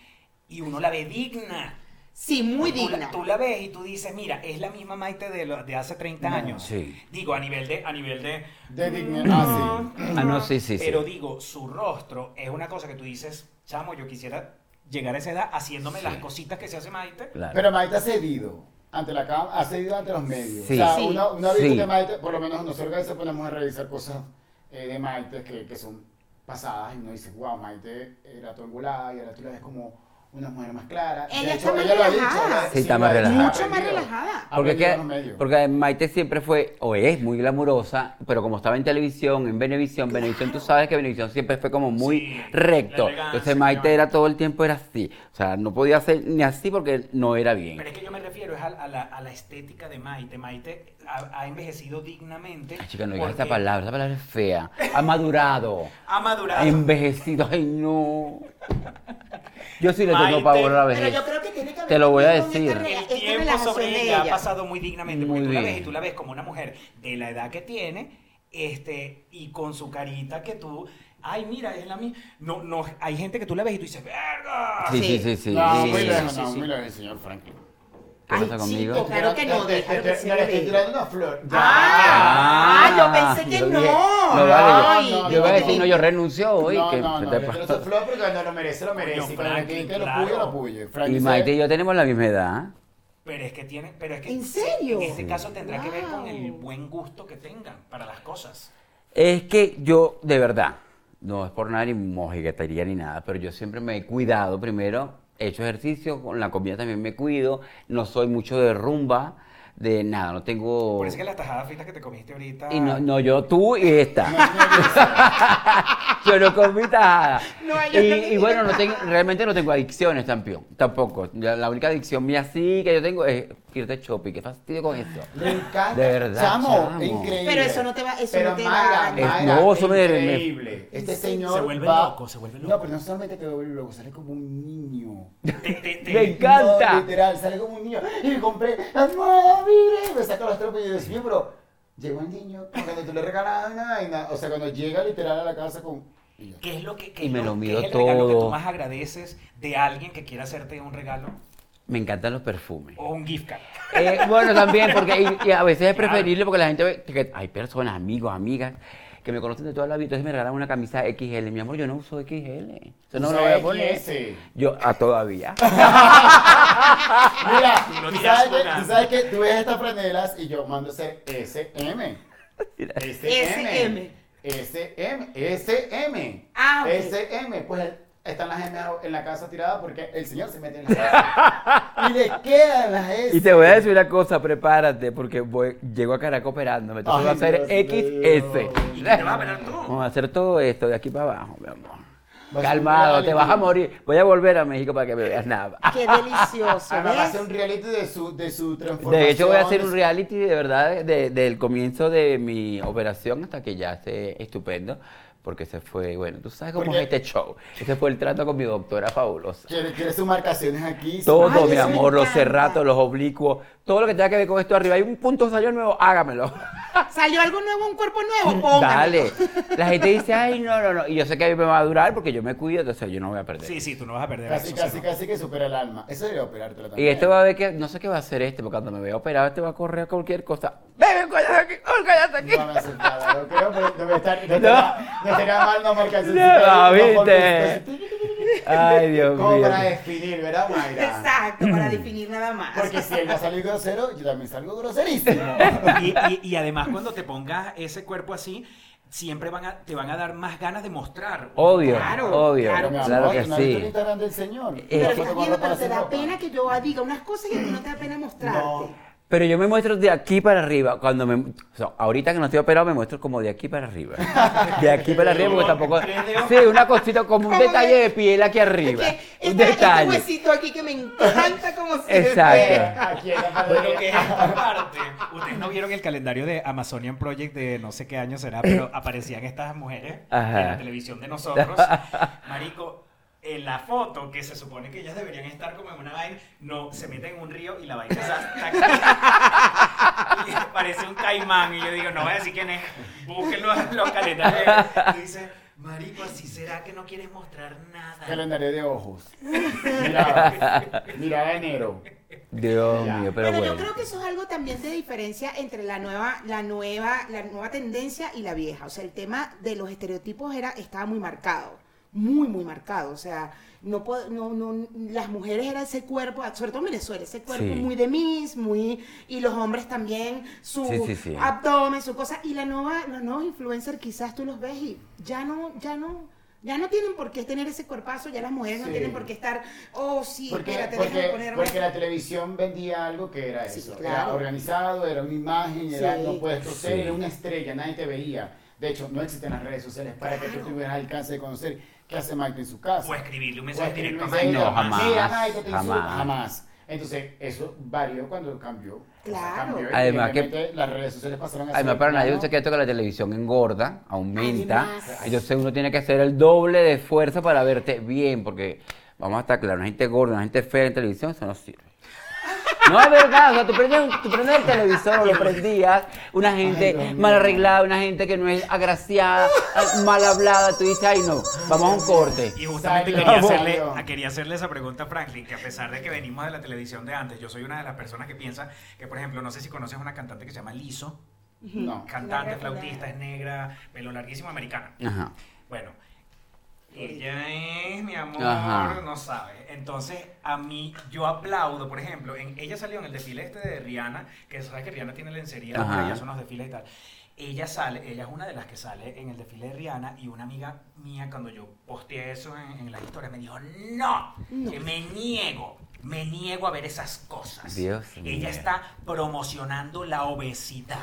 [SPEAKER 2] y uno la ve digna.
[SPEAKER 1] Sí, muy
[SPEAKER 2] Tú la-
[SPEAKER 1] digna.
[SPEAKER 2] Tú, la ves y tú dices, mira, es la misma Maite de, lo- de hace 30
[SPEAKER 4] No,
[SPEAKER 2] años.
[SPEAKER 3] sí.
[SPEAKER 2] Digo, a nivel de... A nivel de,
[SPEAKER 4] De dignidad, ah, sí.
[SPEAKER 3] Ah, no, sí, sí, sí.
[SPEAKER 2] Pero digo, su rostro es una cosa que tú dices, chamo, yo quisiera llegar a esa edad haciéndome las cositas que se hace Maite.
[SPEAKER 3] Claro.
[SPEAKER 4] Pero Maite ha cedido. Ante la cámara, ha cedido ante los medios.
[SPEAKER 3] Sí.
[SPEAKER 4] O sea,
[SPEAKER 1] Sí.
[SPEAKER 4] uno, uno ha visto
[SPEAKER 3] Sí.
[SPEAKER 4] que Maite, por lo menos nosotros a veces ponemos a revisar cosas eh, de Maite que, que son pasadas y uno dice, wow, Maite era tu angulada y ahora tú la ves como una mujer más clara.
[SPEAKER 1] Ella
[SPEAKER 4] De
[SPEAKER 1] está más
[SPEAKER 4] lo ha dicho,
[SPEAKER 1] relajada.
[SPEAKER 4] ella-
[SPEAKER 3] Sí, está más
[SPEAKER 4] lo ha dicho,
[SPEAKER 3] relajada.
[SPEAKER 1] Mucho más
[SPEAKER 4] aprendido.
[SPEAKER 1] relajada.
[SPEAKER 4] Ha
[SPEAKER 3] Porque, es
[SPEAKER 4] aprendido
[SPEAKER 3] que-
[SPEAKER 4] de los medios.
[SPEAKER 3] porque Maite siempre fue, o es muy glamurosa, pero como estaba en televisión, en Venevisión, Venevisión, tú sabes que Venevisión siempre fue como muy
[SPEAKER 2] Sí,
[SPEAKER 3] recto.
[SPEAKER 2] la elegancia,
[SPEAKER 3] Entonces Maite
[SPEAKER 2] claro.
[SPEAKER 3] era todo el tiempo era así. O sea, no podía ser ni así porque no era bien.
[SPEAKER 2] Pero es que yo me refiero es a, a la, a la estética de Maite. Maite ha, ha envejecido dignamente.
[SPEAKER 3] Ay, chica, no digas
[SPEAKER 2] porque
[SPEAKER 3] esta palabra, esta palabra es fea. Ha madurado,
[SPEAKER 2] Ha madurado.
[SPEAKER 3] ha envejecido, ay no. Yo sí le
[SPEAKER 2] Maite,
[SPEAKER 3] tengo pavor a la
[SPEAKER 1] Pero
[SPEAKER 3] vejez.
[SPEAKER 1] yo creo que tiene que haber
[SPEAKER 3] Te lo voy a
[SPEAKER 1] también con
[SPEAKER 3] decir.
[SPEAKER 1] esta rela-
[SPEAKER 2] el
[SPEAKER 1] esta
[SPEAKER 2] tiempo
[SPEAKER 1] relajación
[SPEAKER 2] sobre
[SPEAKER 1] de
[SPEAKER 2] ella ha pasado muy dignamente porque
[SPEAKER 3] Muy
[SPEAKER 2] tú la ves
[SPEAKER 3] bien.
[SPEAKER 2] y tú la ves como una mujer de la edad que tiene este y con su carita que tú ay mira es la misma no no hay gente que tú la ves y tú dices verga
[SPEAKER 3] Sí, sí, sí, sí.
[SPEAKER 4] No,
[SPEAKER 3] sí.
[SPEAKER 4] pues, muy
[SPEAKER 2] sí,
[SPEAKER 4] lejos,
[SPEAKER 2] sí,
[SPEAKER 4] no,
[SPEAKER 2] sí.
[SPEAKER 4] muy lejos, señor Franklin.
[SPEAKER 3] ¿Qué
[SPEAKER 1] Ay,
[SPEAKER 3] pasa
[SPEAKER 1] chico,
[SPEAKER 3] conmigo?
[SPEAKER 1] Claro que no,
[SPEAKER 4] Te- te-
[SPEAKER 1] claro
[SPEAKER 4] te-
[SPEAKER 1] que sí,
[SPEAKER 4] mira, le estoy
[SPEAKER 1] bebé.
[SPEAKER 4] tirando una flor.
[SPEAKER 1] Ah, yo pensé que
[SPEAKER 3] yo
[SPEAKER 1] no.
[SPEAKER 3] dije,
[SPEAKER 1] Ay,
[SPEAKER 3] no vale,
[SPEAKER 4] no,
[SPEAKER 3] yo, yo iba a
[SPEAKER 4] no,
[SPEAKER 3] decir,
[SPEAKER 4] no.
[SPEAKER 3] no, yo renuncio hoy.
[SPEAKER 4] no,
[SPEAKER 3] que
[SPEAKER 4] no,
[SPEAKER 3] se
[SPEAKER 4] no,
[SPEAKER 3] te
[SPEAKER 4] yo quiero
[SPEAKER 3] pasa.
[SPEAKER 4] ese flor porque cuando lo merece, lo merece.
[SPEAKER 2] Coño,
[SPEAKER 4] y para
[SPEAKER 2] Frankie,
[SPEAKER 4] quien que lo
[SPEAKER 2] claro.
[SPEAKER 4] puye, lo puye. Frankie,
[SPEAKER 3] Y
[SPEAKER 4] se-
[SPEAKER 3] Maite y yo tenemos la misma edad.
[SPEAKER 2] Pero es que tiene, pero es que
[SPEAKER 1] ¿En serio?
[SPEAKER 2] en este caso tendrá que ver con el
[SPEAKER 1] Wow.
[SPEAKER 2] buen gusto que tengan para las cosas.
[SPEAKER 3] Es que yo, de verdad, no es por nada ni mojigatería ni nada, pero yo siempre me he cuidado primero, he hecho ejercicio, con la comida también me cuido, no soy mucho de rumba, de nada, no tengo...
[SPEAKER 2] Por eso es que las tajadas fritas que te comiste ahorita.
[SPEAKER 3] Y no, no, yo tú y esta. yo no comí tajada.
[SPEAKER 1] No, yo
[SPEAKER 3] y,
[SPEAKER 1] no comí
[SPEAKER 3] y bueno, no tengo, realmente no tengo adicciones también, tampoco. La, la única adicción mía sí que yo tengo es irte shopping, qué fastidio con eso.
[SPEAKER 4] Le encanta.
[SPEAKER 3] De verdad,
[SPEAKER 4] Chamo,
[SPEAKER 3] chamo.
[SPEAKER 4] increíble.
[SPEAKER 1] Pero eso no te va- eso
[SPEAKER 4] Pero
[SPEAKER 1] no te
[SPEAKER 4] Mayra,
[SPEAKER 1] va a
[SPEAKER 4] Mayra,
[SPEAKER 3] dañar. No, eso me- me-
[SPEAKER 4] increíble. Este señor
[SPEAKER 2] Se vuelve
[SPEAKER 4] va-
[SPEAKER 2] loco, se vuelve
[SPEAKER 4] No,
[SPEAKER 2] loco.
[SPEAKER 4] pero no solamente te vuelve loco, sale como un niño.
[SPEAKER 2] Te- te- te-
[SPEAKER 3] Me encanta.
[SPEAKER 4] No, literal, sale como un niño. Y me compré, ¡Amada, mire! Y me saca los trapos y yo decía, bro, llegó el niño. como Cuando tú le regalas una vaina, o sea, cuando llega literal a la casa con. y yo,
[SPEAKER 2] ¿Qué es lo que qué
[SPEAKER 3] Y
[SPEAKER 2] es
[SPEAKER 3] me lo
[SPEAKER 2] qué
[SPEAKER 3] mido
[SPEAKER 2] es el regalo que tú
[SPEAKER 3] todo.
[SPEAKER 2] más agradeces de alguien que quiera hacerte un regalo
[SPEAKER 3] Me encantan los perfumes.
[SPEAKER 2] o un gift card?
[SPEAKER 3] Eh, bueno, también, porque y- y a veces es preferible porque la gente ve que hay personas, amigos, amigas, que me conocen de toda la vida, entonces me regalan una camisa XL. Mi amor, yo no uso XL. Eso no me lo voy a poner.
[SPEAKER 4] XS.
[SPEAKER 3] Yo, a todavía.
[SPEAKER 4] Mira,
[SPEAKER 2] no
[SPEAKER 4] tú
[SPEAKER 2] dirás
[SPEAKER 4] sabes, que,
[SPEAKER 2] una.
[SPEAKER 4] tú sabes que tú ves estas franelas y yo mando hacer SM. SM. SM. SM.
[SPEAKER 1] Ah, ok.
[SPEAKER 4] SM. Pues están las M en la casa tiradas porque el señor se mete en la casa. y le quedan las S.
[SPEAKER 3] Y te voy a decir una cosa, prepárate, porque voy, llego a Caracas operándome. Entonces voy
[SPEAKER 4] Ay,
[SPEAKER 3] a hacer
[SPEAKER 4] Dios mío.
[SPEAKER 3] XS.
[SPEAKER 2] ¿Y qué te vas a operar tú?
[SPEAKER 3] Vamos a hacer todo esto de aquí para abajo, mi amor.
[SPEAKER 4] Vas a
[SPEAKER 3] Calmado,
[SPEAKER 4] hacer
[SPEAKER 3] te
[SPEAKER 4] un
[SPEAKER 3] vas a
[SPEAKER 4] reality.
[SPEAKER 3] morir. Voy a volver a México para que me veas nada.
[SPEAKER 1] Qué delicioso,
[SPEAKER 4] Además, va a
[SPEAKER 1] ¿ves?
[SPEAKER 4] hacer Ah, un reality de su, de su transformación.
[SPEAKER 3] De hecho, voy a hacer
[SPEAKER 4] de
[SPEAKER 3] un
[SPEAKER 4] su-
[SPEAKER 3] reality de verdad de- del comienzo de mi operación hasta que ya esté estupendo, porque se fue, bueno, tú sabes cómo
[SPEAKER 4] Porque-
[SPEAKER 3] es este show. Ese fue el trato con mi doctora fabulosa.
[SPEAKER 4] Quiere, quiere sus marcaciones aquí. su-
[SPEAKER 3] Todo,
[SPEAKER 1] Ay,
[SPEAKER 3] mi
[SPEAKER 1] eso me
[SPEAKER 3] amor, los
[SPEAKER 1] encanta.
[SPEAKER 3] cerratos, los oblicuos, todo lo que tenga que ver con esto arriba. Hay un punto salió nuevo, hágamelo.
[SPEAKER 1] ¿Salió algo nuevo, un cuerpo nuevo? Póngalo.
[SPEAKER 3] Dale. La gente dice, ay, no, no, no. Y yo sé que a mí me va a durar porque yo me cuido, entonces yo no voy a perder.
[SPEAKER 2] Sí, sí, tú no vas a perder
[SPEAKER 4] Casi,
[SPEAKER 2] eso,
[SPEAKER 4] casi,
[SPEAKER 2] sí, no.
[SPEAKER 4] casi que supera el alma. Eso debería operártela
[SPEAKER 3] Y
[SPEAKER 4] también.
[SPEAKER 3] este va a ver que, no sé qué va a hacer este, porque cuando me vea operado, este va a correr a cualquier cosa. ¡Bebe, cállate aquí! ¡Oh, cállate aquí!
[SPEAKER 4] No me hace nada, no creo, pero debe estar. No, estaría- no estaría mal no marcarse
[SPEAKER 3] No, viste. Ay, Dios
[SPEAKER 4] Como
[SPEAKER 3] mío.
[SPEAKER 4] para definir, ¿verdad, Mayra?
[SPEAKER 1] Exacto,
[SPEAKER 3] Mm.
[SPEAKER 1] para definir nada más.
[SPEAKER 4] Porque si él va a salir grosero, yo también salgo groserísimo.
[SPEAKER 2] Y, y- y además cuando te pongas ese cuerpo así, siempre van a, te van a dar más ganas de mostrar.
[SPEAKER 3] Obvio,
[SPEAKER 2] Claro.
[SPEAKER 3] obio,
[SPEAKER 4] Pero, mi
[SPEAKER 3] claro
[SPEAKER 4] amor,
[SPEAKER 3] que
[SPEAKER 4] ¿tú no has visto el
[SPEAKER 3] sí.
[SPEAKER 4] Instagram del señor?
[SPEAKER 1] pero
[SPEAKER 3] Eh,
[SPEAKER 4] Una
[SPEAKER 1] estás
[SPEAKER 4] foto
[SPEAKER 1] viendo,
[SPEAKER 4] con ropa
[SPEAKER 1] pero te da
[SPEAKER 4] sin ropa.
[SPEAKER 1] pena que yo diga unas cosas y a ti no te da pena mostrarte.
[SPEAKER 4] No.
[SPEAKER 3] Pero yo me muestro de aquí para arriba. Cuando me, o sea, ahorita que no estoy operado, me muestro como de aquí para arriba. De aquí para arriba, porque tampoco. Sí, una cosita, como un
[SPEAKER 1] Como
[SPEAKER 3] detalle
[SPEAKER 1] que-
[SPEAKER 3] de piel aquí arriba.
[SPEAKER 1] Porque
[SPEAKER 3] Un
[SPEAKER 1] esta- este
[SPEAKER 3] detalle.
[SPEAKER 1] huesito aquí que me encanta como se
[SPEAKER 3] Exacto.
[SPEAKER 1] ve.
[SPEAKER 4] Aquí en la
[SPEAKER 2] Pero lo
[SPEAKER 4] panadería.
[SPEAKER 2] que es esta parte, ustedes no vieron el calendario de Amazonian Project de no sé qué año será, pero aparecían estas mujeres
[SPEAKER 3] Ajá.
[SPEAKER 2] en la televisión de nosotros. Marico, en la foto que se supone que ellas deberían estar como en una vaina, no, se meten en un río y la vaina se hasta- y parece un caimán y yo digo, no voy a decir quién es, busquen los, los calendarios. Y dice, Marico, así será que no quieres mostrar nada.
[SPEAKER 4] Calendario de ojos. Miraba, miraba enero.
[SPEAKER 3] Dios
[SPEAKER 4] Ya.
[SPEAKER 3] mío, pero
[SPEAKER 1] Pero,
[SPEAKER 3] bueno.
[SPEAKER 1] yo creo que eso es algo también de diferencia entre la nueva, la nueva, la nueva tendencia y la vieja. O sea, el tema de los estereotipos era, estaba muy marcado, muy, muy marcado. O sea, no, po- no, no las mujeres era ese cuerpo, sobre todo en Venezuela, ese cuerpo
[SPEAKER 3] Sí.
[SPEAKER 1] muy de mis, muy, y los hombres también, su
[SPEAKER 3] Sí, sí, sí.
[SPEAKER 1] abdomen, su cosa. Y la nueva, los nuevos influencers quizás tú los ves y ya no, ya no. Ya no tienen por qué tener ese cuerpazo, ya las mujeres no
[SPEAKER 4] Sí.
[SPEAKER 1] tienen por qué estar, oh sí,
[SPEAKER 4] Porque,
[SPEAKER 1] espérate, déjame
[SPEAKER 4] porque,
[SPEAKER 1] ponerme.
[SPEAKER 4] porque la televisión vendía algo que era
[SPEAKER 1] Sí,
[SPEAKER 4] eso.
[SPEAKER 1] claro.
[SPEAKER 4] Era organizado, era una imagen, era
[SPEAKER 1] Sí.
[SPEAKER 4] no puedes toser,
[SPEAKER 3] Sí.
[SPEAKER 4] era una estrella, nadie te veía. De hecho, no existen las redes sociales para que tú tuvieras alcance de conocer qué hace Mike en su casa.
[SPEAKER 2] O escribirle un
[SPEAKER 4] O
[SPEAKER 2] mensaje
[SPEAKER 4] escribir
[SPEAKER 2] directo
[SPEAKER 4] un
[SPEAKER 2] a
[SPEAKER 4] mensaje,
[SPEAKER 2] Mike.
[SPEAKER 3] No, jamás.
[SPEAKER 4] Mira, Mike, te insulto.
[SPEAKER 3] jamás.
[SPEAKER 4] jamás. Entonces, eso varió cuando cambió. O sea,
[SPEAKER 1] Claro.
[SPEAKER 4] cambió y
[SPEAKER 3] Además que-
[SPEAKER 4] obviamente las redes sociales pasaron a
[SPEAKER 3] Además,
[SPEAKER 4] ser
[SPEAKER 3] para nadie
[SPEAKER 4] plano.
[SPEAKER 3] es un secreto que la televisión engorda, aumenta.
[SPEAKER 1] Además.
[SPEAKER 3] Entonces uno tiene que hacer el doble de esfuerzo para verte bien, porque vamos a estar claros, la gente gorda, la gente fea en televisión, eso no sirve. No es verdad, o sea, tú prendes, un- tú prendes el televisor, lo prendías, una gente mal arreglada, una gente que no es agraciada, mal hablada, tú dices, ay no, vamos a un corte.
[SPEAKER 2] Y justamente
[SPEAKER 4] Salió.
[SPEAKER 2] quería hacerle,
[SPEAKER 4] Salió.
[SPEAKER 2] quería hacerle esa pregunta a Franklin, que a pesar de que venimos de la televisión de antes, yo soy una de las personas que piensa que, por ejemplo, no sé si conoces una cantante que se llama Liso,
[SPEAKER 4] No.
[SPEAKER 2] cantante,
[SPEAKER 1] Negra,
[SPEAKER 2] flautista, es negra, pelo larguísimo, americana.
[SPEAKER 3] Ajá.
[SPEAKER 2] Bueno, ella es, mi amor,
[SPEAKER 3] Ajá.
[SPEAKER 2] no sabes. Entonces, a mí, yo aplaudo, por ejemplo, en, ella salió en el desfile este de Rihanna, que sabes que Rihanna tiene lencería,
[SPEAKER 3] Ajá.
[SPEAKER 2] ella son los desfiles y tal. Ella sale, ella es una de las que sale en el desfile de Rihanna y una amiga mía cuando yo posteé eso en, en las historias me dijo, no, que me niego, me niego a ver esas cosas.
[SPEAKER 3] Dios mío.
[SPEAKER 2] ella está promocionando la obesidad.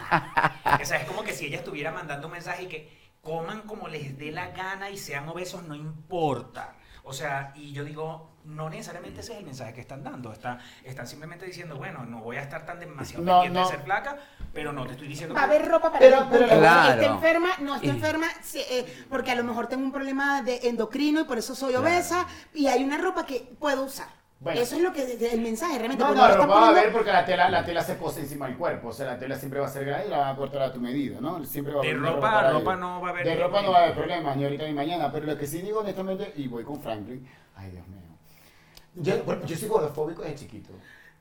[SPEAKER 2] o sea, es como que si ella estuviera mandando un mensaje y que coman como les dé la gana y sean obesos, no importa. O sea, y yo digo, no necesariamente ese es el mensaje que están dando. Está, están simplemente diciendo, bueno, no voy a estar tan demasiado
[SPEAKER 4] No,
[SPEAKER 2] pendiente
[SPEAKER 4] no.
[SPEAKER 2] de ser flaca, pero no te estoy diciendo
[SPEAKER 1] Va a
[SPEAKER 2] que-
[SPEAKER 1] haber ropa para
[SPEAKER 4] Pero-
[SPEAKER 1] ti,
[SPEAKER 4] pero-
[SPEAKER 1] porque
[SPEAKER 3] Claro.
[SPEAKER 1] si está enferma, no está
[SPEAKER 3] Y-
[SPEAKER 1] enferma, sí, eh, porque a lo mejor tengo un problema de endocrino y por eso soy
[SPEAKER 3] Claro.
[SPEAKER 1] obesa y hay una ropa que puedo usar.
[SPEAKER 4] Bueno.
[SPEAKER 1] Eso es lo que el mensaje realmente.
[SPEAKER 4] No,
[SPEAKER 1] porque
[SPEAKER 4] no,
[SPEAKER 1] le
[SPEAKER 4] lo
[SPEAKER 1] están
[SPEAKER 4] vas a
[SPEAKER 1] poniendo-
[SPEAKER 4] ver porque la tela, la tela se posa encima del cuerpo. O sea, la tela siempre va a ser grande y la van a cortar a tu medida, ¿no? Siempre va a
[SPEAKER 2] De
[SPEAKER 4] haber una
[SPEAKER 2] ropa a
[SPEAKER 4] para
[SPEAKER 2] ropa
[SPEAKER 4] ello.
[SPEAKER 2] no va a haber
[SPEAKER 4] De ropa
[SPEAKER 2] problema.
[SPEAKER 4] no va a haber problema, ni ahorita ni mañana. Pero lo que sí digo honestamente, y voy con Franklin, ay Dios mío. Yo, bueno, yo soy gordofóbico desde chiquito.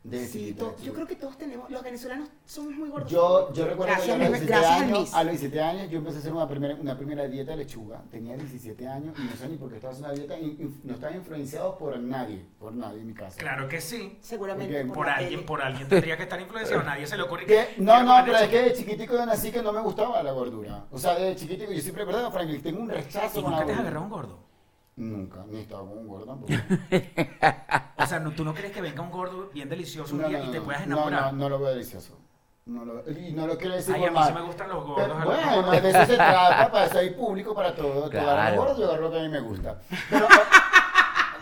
[SPEAKER 4] Desde
[SPEAKER 1] Sí,
[SPEAKER 4] chiquito,
[SPEAKER 1] to-
[SPEAKER 4] desde
[SPEAKER 1] yo
[SPEAKER 4] chiquito.
[SPEAKER 1] creo que todos tenemos, los venezolanos somos muy gordos.
[SPEAKER 4] Yo, yo recuerdo
[SPEAKER 1] Gracias,
[SPEAKER 4] que yo a los
[SPEAKER 1] Luis,
[SPEAKER 4] 17
[SPEAKER 1] gracias,
[SPEAKER 4] años,
[SPEAKER 1] Luis.
[SPEAKER 4] a los 17 años yo empecé a hacer una primera, una primera dieta de lechuga. Tenía 17 años y no sé ni por qué estaba haciendo una dieta. y- y no estaba influenciado por nadie, por nadie en mi casa.
[SPEAKER 2] Claro que sí.
[SPEAKER 1] Seguramente.
[SPEAKER 4] Porque
[SPEAKER 2] Por
[SPEAKER 1] la
[SPEAKER 2] alguien,
[SPEAKER 1] tele.
[SPEAKER 2] por alguien tendría que estar influenciado. Nadie se le ocurre
[SPEAKER 4] Que-
[SPEAKER 2] que-
[SPEAKER 4] No,
[SPEAKER 2] que
[SPEAKER 4] no,
[SPEAKER 2] comer
[SPEAKER 4] pero
[SPEAKER 2] leche.
[SPEAKER 4] es que de chiquitico yo nací que no me gustaba la gordura. O sea, de chiquitico yo siempre recordaba, Franklin, tengo un rechazo
[SPEAKER 2] ¿Y
[SPEAKER 4] con la
[SPEAKER 2] nunca te has
[SPEAKER 4] gordura.
[SPEAKER 2] agarrado un gordo?
[SPEAKER 4] Nunca, ni estaba con un gordo tampoco.
[SPEAKER 2] O sea, no, tú no crees que venga un gordo bien delicioso Pues un
[SPEAKER 4] No,
[SPEAKER 2] día
[SPEAKER 4] no,
[SPEAKER 2] y te
[SPEAKER 4] no,
[SPEAKER 2] puedas
[SPEAKER 4] no,
[SPEAKER 2] enamorar.
[SPEAKER 4] No, no, lo veo delicioso. No lo, y no lo quiero decir
[SPEAKER 2] Ay,
[SPEAKER 4] por
[SPEAKER 2] a mí
[SPEAKER 4] mal.
[SPEAKER 2] sí me gustan los gordos.
[SPEAKER 4] Pero,
[SPEAKER 2] a los
[SPEAKER 4] bueno,
[SPEAKER 2] gordos.
[SPEAKER 4] de eso se trata, para eso hay público para todo. Te agarran
[SPEAKER 3] Claro.
[SPEAKER 4] gordo, yo agarro lo que a mí me gusta. Pero,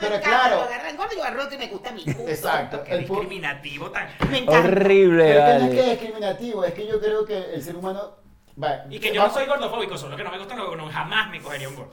[SPEAKER 4] pero
[SPEAKER 1] Me encanta,
[SPEAKER 4] claro,
[SPEAKER 1] Yo agarro el gordo, yo agarro Ah, lo que me gusta a mí. Punto.
[SPEAKER 4] exacto.
[SPEAKER 2] Qué
[SPEAKER 4] El pu-
[SPEAKER 2] discriminativo tan...
[SPEAKER 1] Me encanta.
[SPEAKER 3] Horrible,
[SPEAKER 4] pero que no es que es
[SPEAKER 3] vale.
[SPEAKER 4] discriminativo, es que yo creo que el ser humano... va-
[SPEAKER 2] Y que yo no
[SPEAKER 4] va-
[SPEAKER 2] soy gordofóbico, solo que no me gustan los gordos. Jamás me cogería un gordo.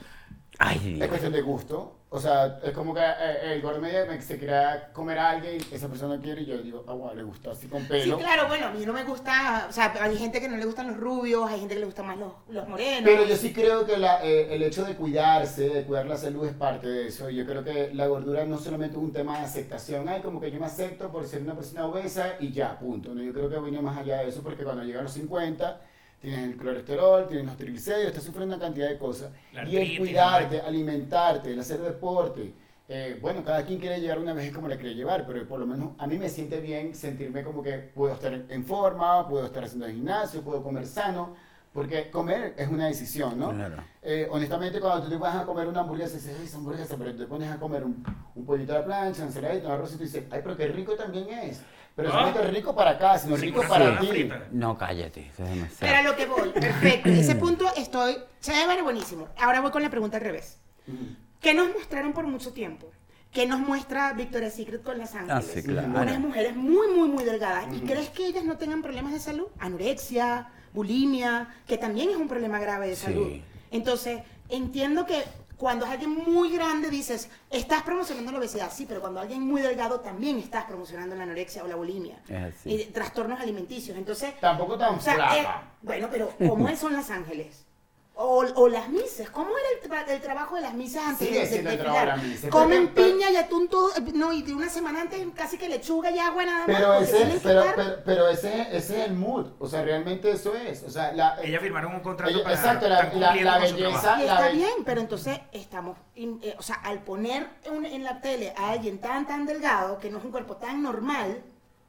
[SPEAKER 3] Ay,
[SPEAKER 4] Es
[SPEAKER 3] Dios.
[SPEAKER 4] cuestión de gusto. O sea, es como que eh, el gordo medio me- se quiera comer a alguien, esa persona quiere y yo digo, ah, bueno, le gusta así con
[SPEAKER 1] Sí,
[SPEAKER 4] pelo.
[SPEAKER 1] claro, bueno, a mí no me gusta, o sea, hay gente que no le gustan los rubios, hay gente que le gustan más los, los morenos.
[SPEAKER 4] Pero yo sí creo que la, eh, el hecho de cuidarse, de cuidar la salud es parte de eso. Yo creo que la gordura no solamente es un tema de aceptación, ay, como que yo me acepto por ser una persona obesa y ya, punto. ¿no? Yo creo que viene más allá de eso porque cuando llegan los 50, tienes el colesterol, tienes los triglicéridos, estás sufriendo una cantidad de cosas.
[SPEAKER 2] La
[SPEAKER 4] y el
[SPEAKER 2] artritis,
[SPEAKER 4] cuidarte, alimentarte, el hacer deporte. eh, bueno, cada quien quiere llegar una vez como la quiere llevar, pero por lo menos a mí me siente bien sentirme como que puedo estar en forma, puedo estar haciendo gimnasio, puedo comer sano, porque comer es una decisión, ¿no?
[SPEAKER 3] Claro.
[SPEAKER 4] Eh, honestamente, cuando tú te vas a comer una hamburguesa, dices, ay, esa hamburguesa, pero te pones a comer un, un pollito a la plancha, un ensaladito, un arroz, y tú dices, ay, pero qué rico también es. Pero
[SPEAKER 2] Ah.
[SPEAKER 4] solamente rico para acá, sino
[SPEAKER 2] Sí,
[SPEAKER 4] rico
[SPEAKER 2] una
[SPEAKER 4] para
[SPEAKER 2] banana
[SPEAKER 4] ti.
[SPEAKER 2] frita.
[SPEAKER 3] No, cállate, eso
[SPEAKER 1] Pero
[SPEAKER 3] es
[SPEAKER 1] a
[SPEAKER 3] demasiado.
[SPEAKER 1] lo que voy, perfecto. Ese punto estoy chévere, buenísimo. Ahora voy con la pregunta al revés. ¿Qué nos mostraron por mucho tiempo? ¿Qué nos muestra Victoria's Secret con Las Ángeles?
[SPEAKER 3] Ah, sí, claro.
[SPEAKER 1] Unas mujeres muy, muy, muy delgadas. ¿Y crees que ellas no tengan problemas de salud? Anorexia, bulimia, que también es un problema grave de
[SPEAKER 3] Sí.
[SPEAKER 1] salud. Entonces, entiendo que cuando es alguien muy grande dices, estás promocionando la obesidad, sí, pero cuando alguien muy delgado también estás promocionando la anorexia o la bulimia.
[SPEAKER 3] Es así.
[SPEAKER 1] Y trastornos alimenticios. Entonces,
[SPEAKER 4] Tampoco tan
[SPEAKER 1] o sea,
[SPEAKER 4] flaca.
[SPEAKER 1] eh, bueno, pero ¿cómo es- son Los Ángeles? O, o las misas, ¿cómo era el, tra- el trabajo de las misas antes
[SPEAKER 4] Sigue
[SPEAKER 1] de, de,
[SPEAKER 4] siendo el
[SPEAKER 1] desfilar?
[SPEAKER 4] trabajo de las misas,
[SPEAKER 1] Comen
[SPEAKER 4] pero-
[SPEAKER 1] piña y atún todo, eh, no, y de una semana antes casi que lechuga y agua nada más.
[SPEAKER 4] Pero
[SPEAKER 1] porque
[SPEAKER 4] ese,
[SPEAKER 1] tienen que
[SPEAKER 4] pero,
[SPEAKER 1] estar-
[SPEAKER 4] pero, pero ese, ese es el mood, o sea, realmente eso es. O sea, la,
[SPEAKER 2] Ellas firmaron un contrato
[SPEAKER 4] Ella-
[SPEAKER 2] para
[SPEAKER 4] exacto, la-
[SPEAKER 2] estar cumpliendo
[SPEAKER 4] la- la
[SPEAKER 2] con su
[SPEAKER 4] belleza-
[SPEAKER 2] trabajo.
[SPEAKER 1] Y
[SPEAKER 4] la
[SPEAKER 1] está
[SPEAKER 4] ve-
[SPEAKER 1] bien, pero entonces estamos, in- eh, o sea, al poner un- en la tele a alguien tan, tan delgado, que no es un cuerpo tan normal,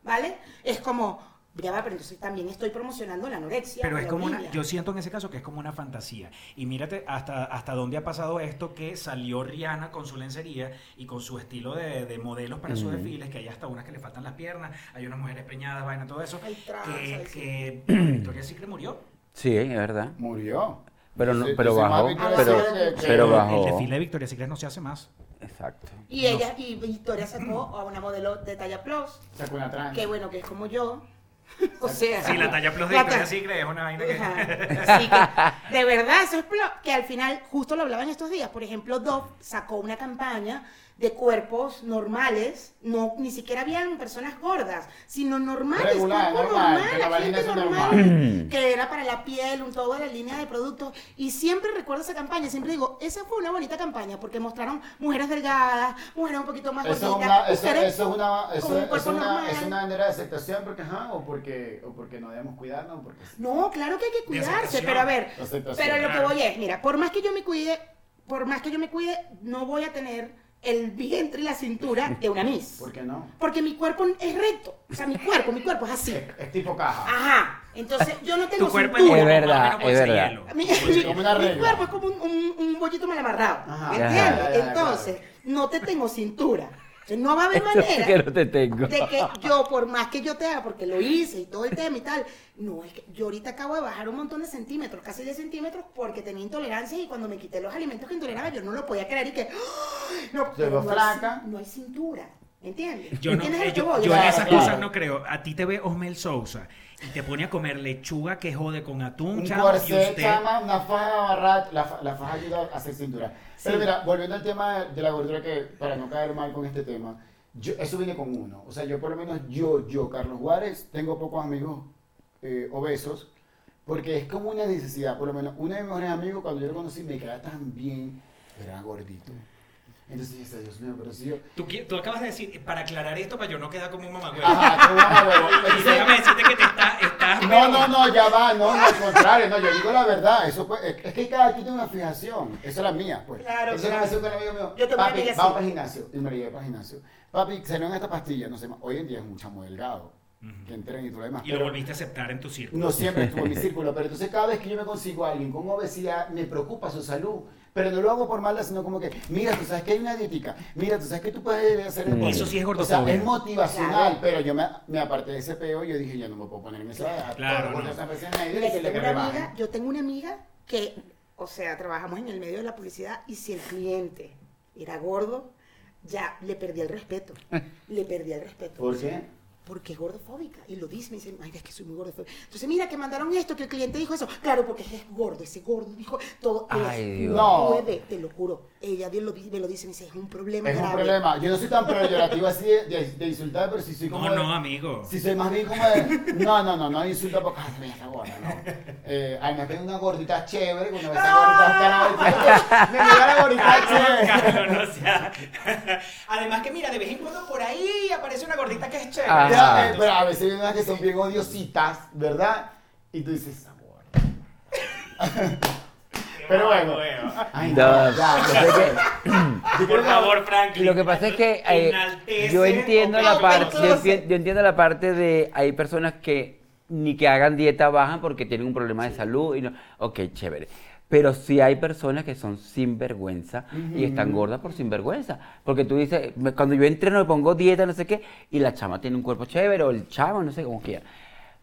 [SPEAKER 1] ¿vale? Es como, ya va, pero entonces también estoy promocionando la anorexia.
[SPEAKER 2] Pero
[SPEAKER 1] o
[SPEAKER 2] es
[SPEAKER 1] la
[SPEAKER 2] como una,
[SPEAKER 1] bulimia.
[SPEAKER 2] yo siento en ese caso que es como una fantasía. Y mírate hasta, hasta dónde ha pasado esto que salió Rihanna con su lencería y con su estilo de, de modelos para sus desfiles, que hay hasta unas que le faltan las piernas, hay unas mujeres peñadas, vaina, todo eso.
[SPEAKER 1] Hay tranza,
[SPEAKER 2] que
[SPEAKER 1] sí.
[SPEAKER 2] que Victoria Secret murió.
[SPEAKER 3] Sí, es verdad.
[SPEAKER 4] murió.
[SPEAKER 3] Pero, no,
[SPEAKER 4] Yo soy-
[SPEAKER 3] pero
[SPEAKER 4] yo soy más
[SPEAKER 3] bajó,
[SPEAKER 4] Victoria's
[SPEAKER 3] pero,
[SPEAKER 4] Secret que-
[SPEAKER 3] pero
[SPEAKER 2] el- El
[SPEAKER 3] bajó.
[SPEAKER 2] desfile de Victoria Secret no se hace más.
[SPEAKER 3] Exacto.
[SPEAKER 1] Y ella, y Victoria sacó a una modelo de talla plus,
[SPEAKER 4] Sacó una tranza.
[SPEAKER 1] que bueno, que es como yo. O sea,
[SPEAKER 2] Sí, la talla plus de
[SPEAKER 1] la
[SPEAKER 2] Victoria
[SPEAKER 1] ta-
[SPEAKER 2] Secret es una vaina que...
[SPEAKER 1] Ajá. Así que, de verdad, eso es plo- que al final, justo lo hablaba en estos días, por ejemplo, Dove sacó una campaña de cuerpos normales, no ni siquiera habían personas gordas, sino normales,
[SPEAKER 4] Regular,
[SPEAKER 1] cuerpo
[SPEAKER 4] normal,
[SPEAKER 1] normal,
[SPEAKER 4] que la vagina
[SPEAKER 1] gente
[SPEAKER 4] es
[SPEAKER 1] normal, que era para la piel, un toda la línea de productos. Y siempre recuerdo esa campaña, siempre digo, esa fue una bonita campaña, porque mostraron mujeres delgadas, mujeres un poquito más
[SPEAKER 4] Eso es
[SPEAKER 1] gorditas,
[SPEAKER 4] una, eso,
[SPEAKER 1] mujeres
[SPEAKER 4] eso es una, eso
[SPEAKER 1] con un
[SPEAKER 4] es-
[SPEAKER 1] cuerpo
[SPEAKER 4] es una,
[SPEAKER 1] normal.
[SPEAKER 4] es una bandera de aceptación porque, ajá, o porque, o porque no debemos cuidarnos, porque sí.
[SPEAKER 1] No, claro que hay que cuidarse,
[SPEAKER 2] aceptación.
[SPEAKER 1] pero a ver,
[SPEAKER 4] De aceptación,
[SPEAKER 1] pero lo que
[SPEAKER 2] claro.
[SPEAKER 1] voy es, mira, por más que yo me cuide, por más que yo me cuide, no voy a tener el vientre y la cintura de una Miss.
[SPEAKER 4] ¿Por qué no?
[SPEAKER 1] Porque mi cuerpo es recto, o sea, mi cuerpo, mi cuerpo es así.
[SPEAKER 4] Es, es tipo caja.
[SPEAKER 1] Ajá, entonces yo no tengo
[SPEAKER 2] Tu cuerpo
[SPEAKER 1] cintura.
[SPEAKER 3] Es
[SPEAKER 2] como-
[SPEAKER 3] verdad,
[SPEAKER 2] más o menos por
[SPEAKER 3] es
[SPEAKER 2] ese
[SPEAKER 3] verdad.
[SPEAKER 2] hielo.
[SPEAKER 1] Mi,
[SPEAKER 4] Pues como una
[SPEAKER 1] mi
[SPEAKER 4] regla.
[SPEAKER 1] cuerpo es como un, un, un bollito mal amarrado.
[SPEAKER 4] Ajá.
[SPEAKER 1] ¿me
[SPEAKER 3] Ya,
[SPEAKER 1] entiendes?
[SPEAKER 4] ya, ya,
[SPEAKER 1] Entonces, no te tengo cintura. Entonces, no va a haber
[SPEAKER 3] Eso sí
[SPEAKER 1] manera
[SPEAKER 3] que no te tengo.
[SPEAKER 1] de que yo, por más que yo te haga, porque lo hice y todo el tema y tal, no, es que yo ahorita acabo de bajar un montón de centímetros, casi 10 centímetros, porque tenía intolerancias y cuando me quité los alimentos que intoleraba, yo no lo podía creer y que, ¡ah! no,
[SPEAKER 4] Llegó
[SPEAKER 1] no,
[SPEAKER 4] flaca.
[SPEAKER 1] Hay, no hay cintura, ¿entiendes?
[SPEAKER 2] Yo, no,
[SPEAKER 1] ¿Entiendes a lo
[SPEAKER 2] eh,
[SPEAKER 1] que
[SPEAKER 2] yo,
[SPEAKER 1] voy?
[SPEAKER 2] yo en
[SPEAKER 4] Claro,
[SPEAKER 2] esas
[SPEAKER 4] claro.
[SPEAKER 2] cosas no creo. A ti te ve Osmel Sousa y te pone a comer lechuga que jode con atún,
[SPEAKER 4] Un
[SPEAKER 2] chamo, y
[SPEAKER 4] corsé,
[SPEAKER 2] usted...
[SPEAKER 4] chama, una faja barra, la, fa- la faja ayuda a hacer cintura. Pero mira, volviendo al tema de la gordura, que para no caer mal con este tema, yo, eso viene con uno. O sea, yo por lo menos, yo, yo, Carlos Juárez, tengo pocos amigos eh, obesos, porque es como una necesidad. Por lo menos, uno de mis mejores amigos, cuando yo lo conocí, me quedaba tan bien, pero era gordito. Entonces, yo decía, Dios mío, pero si yo...
[SPEAKER 2] Tú, qui- tú acabas de decir, para aclarar esto, para yo no quedar como un mamagüey.
[SPEAKER 4] Ajá, ¿cómo vamos a ver?
[SPEAKER 2] Y
[SPEAKER 4] Entonces,
[SPEAKER 2] déjame decirte que te está, estás...
[SPEAKER 4] No, no, no, ya va, no, no, al contrario, no, yo digo la verdad, eso fue- es, es que cada quien tiene una fijación, esa es la mía, pues.
[SPEAKER 1] Claro,
[SPEAKER 4] Esa es la
[SPEAKER 1] claro.
[SPEAKER 4] fijación con el amigo mío,
[SPEAKER 1] Yo tengo una
[SPEAKER 4] papi,
[SPEAKER 1] amiga así.
[SPEAKER 4] vamos para el gimnasio, y me lo llevé para el gimnasio. Papi, se en esta pastilla, no sé, más, hoy en día es un chamo delgado, que entrena y todo lo demás,
[SPEAKER 2] Y lo
[SPEAKER 4] pero
[SPEAKER 2] volviste a aceptar en tu círculo.
[SPEAKER 4] no siempre estuvo en mi círculo, pero entonces cada vez que yo me consigo a alguien con obesidad, me preocupa su salud. Pero no lo hago por maldad, sino como que, mira, tú sabes que hay una dietica, mira, tú sabes que tú puedes hacer deporte.
[SPEAKER 2] Mm. Eso sí es
[SPEAKER 4] O sea,
[SPEAKER 2] gordofobia.
[SPEAKER 4] es motivacional,
[SPEAKER 1] Claro.
[SPEAKER 4] pero yo me, me aparté de ese peo y yo dije, ya no me puedo poner en esa edad.
[SPEAKER 2] Claro, no.
[SPEAKER 1] Mira, yo tengo una amiga, yo tengo una amiga que, o sea, trabajamos en el medio de la publicidad y si el cliente era gordo, ya le perdí el respeto. Le perdí el respeto.
[SPEAKER 4] ¿Por qué?
[SPEAKER 1] Porque es gordofóbica. Y lo dice, me dice, ay, es que soy muy gordofóbica. Entonces, mira, que mandaron esto, que el cliente dijo eso. Claro, porque es gordo, ese gordo dijo todo. pero
[SPEAKER 3] Ay, Dios.
[SPEAKER 4] No.
[SPEAKER 1] puede, te lo juro. Ella di- lo di- me lo dice, me dice, es un problema
[SPEAKER 4] Es un
[SPEAKER 1] grave.
[SPEAKER 4] problema. Yo no soy tan peyorativo así de, de- de insultar, pero si soy como.
[SPEAKER 2] No,
[SPEAKER 4] de-
[SPEAKER 2] no, amigo.
[SPEAKER 4] Si soy más bien como de. No, no, no, no insulta porque. Ay, mira esa gorda, no. Eh, al menos tengo una gordita chévere, cuando me esa gordita. Me llega la gordita chévere.
[SPEAKER 2] Carlos, o sea, Además que mira, de vez en cuando por ahí aparece una gordita que es chévere.
[SPEAKER 3] Ah.
[SPEAKER 4] Ya, eh, Pero a veces hay unas que son bien odiositas, ¿verdad? Y tú dices, "Esa gorda". Pero bueno. Ay,
[SPEAKER 3] No,
[SPEAKER 4] no, ya,
[SPEAKER 3] no
[SPEAKER 4] ya,
[SPEAKER 3] sé qué.
[SPEAKER 2] Por favor, Franklin.
[SPEAKER 3] Lo que pasa es que eh,
[SPEAKER 2] Enaltece
[SPEAKER 3] yo entiendo la
[SPEAKER 1] o
[SPEAKER 3] parte, yo,
[SPEAKER 1] peligroso.
[SPEAKER 3] entien- yo entiendo la parte de hay personas que ni que hagan dieta bajan porque tienen un problema de salud y no. Ok, chévere. Pero sí hay personas que son sinvergüenza y están gordas por sinvergüenza. Porque tú dices, me- cuando yo entreno me pongo dieta, no sé qué, y la chama tiene un cuerpo chévere, o el chamo, no sé cómo quiera.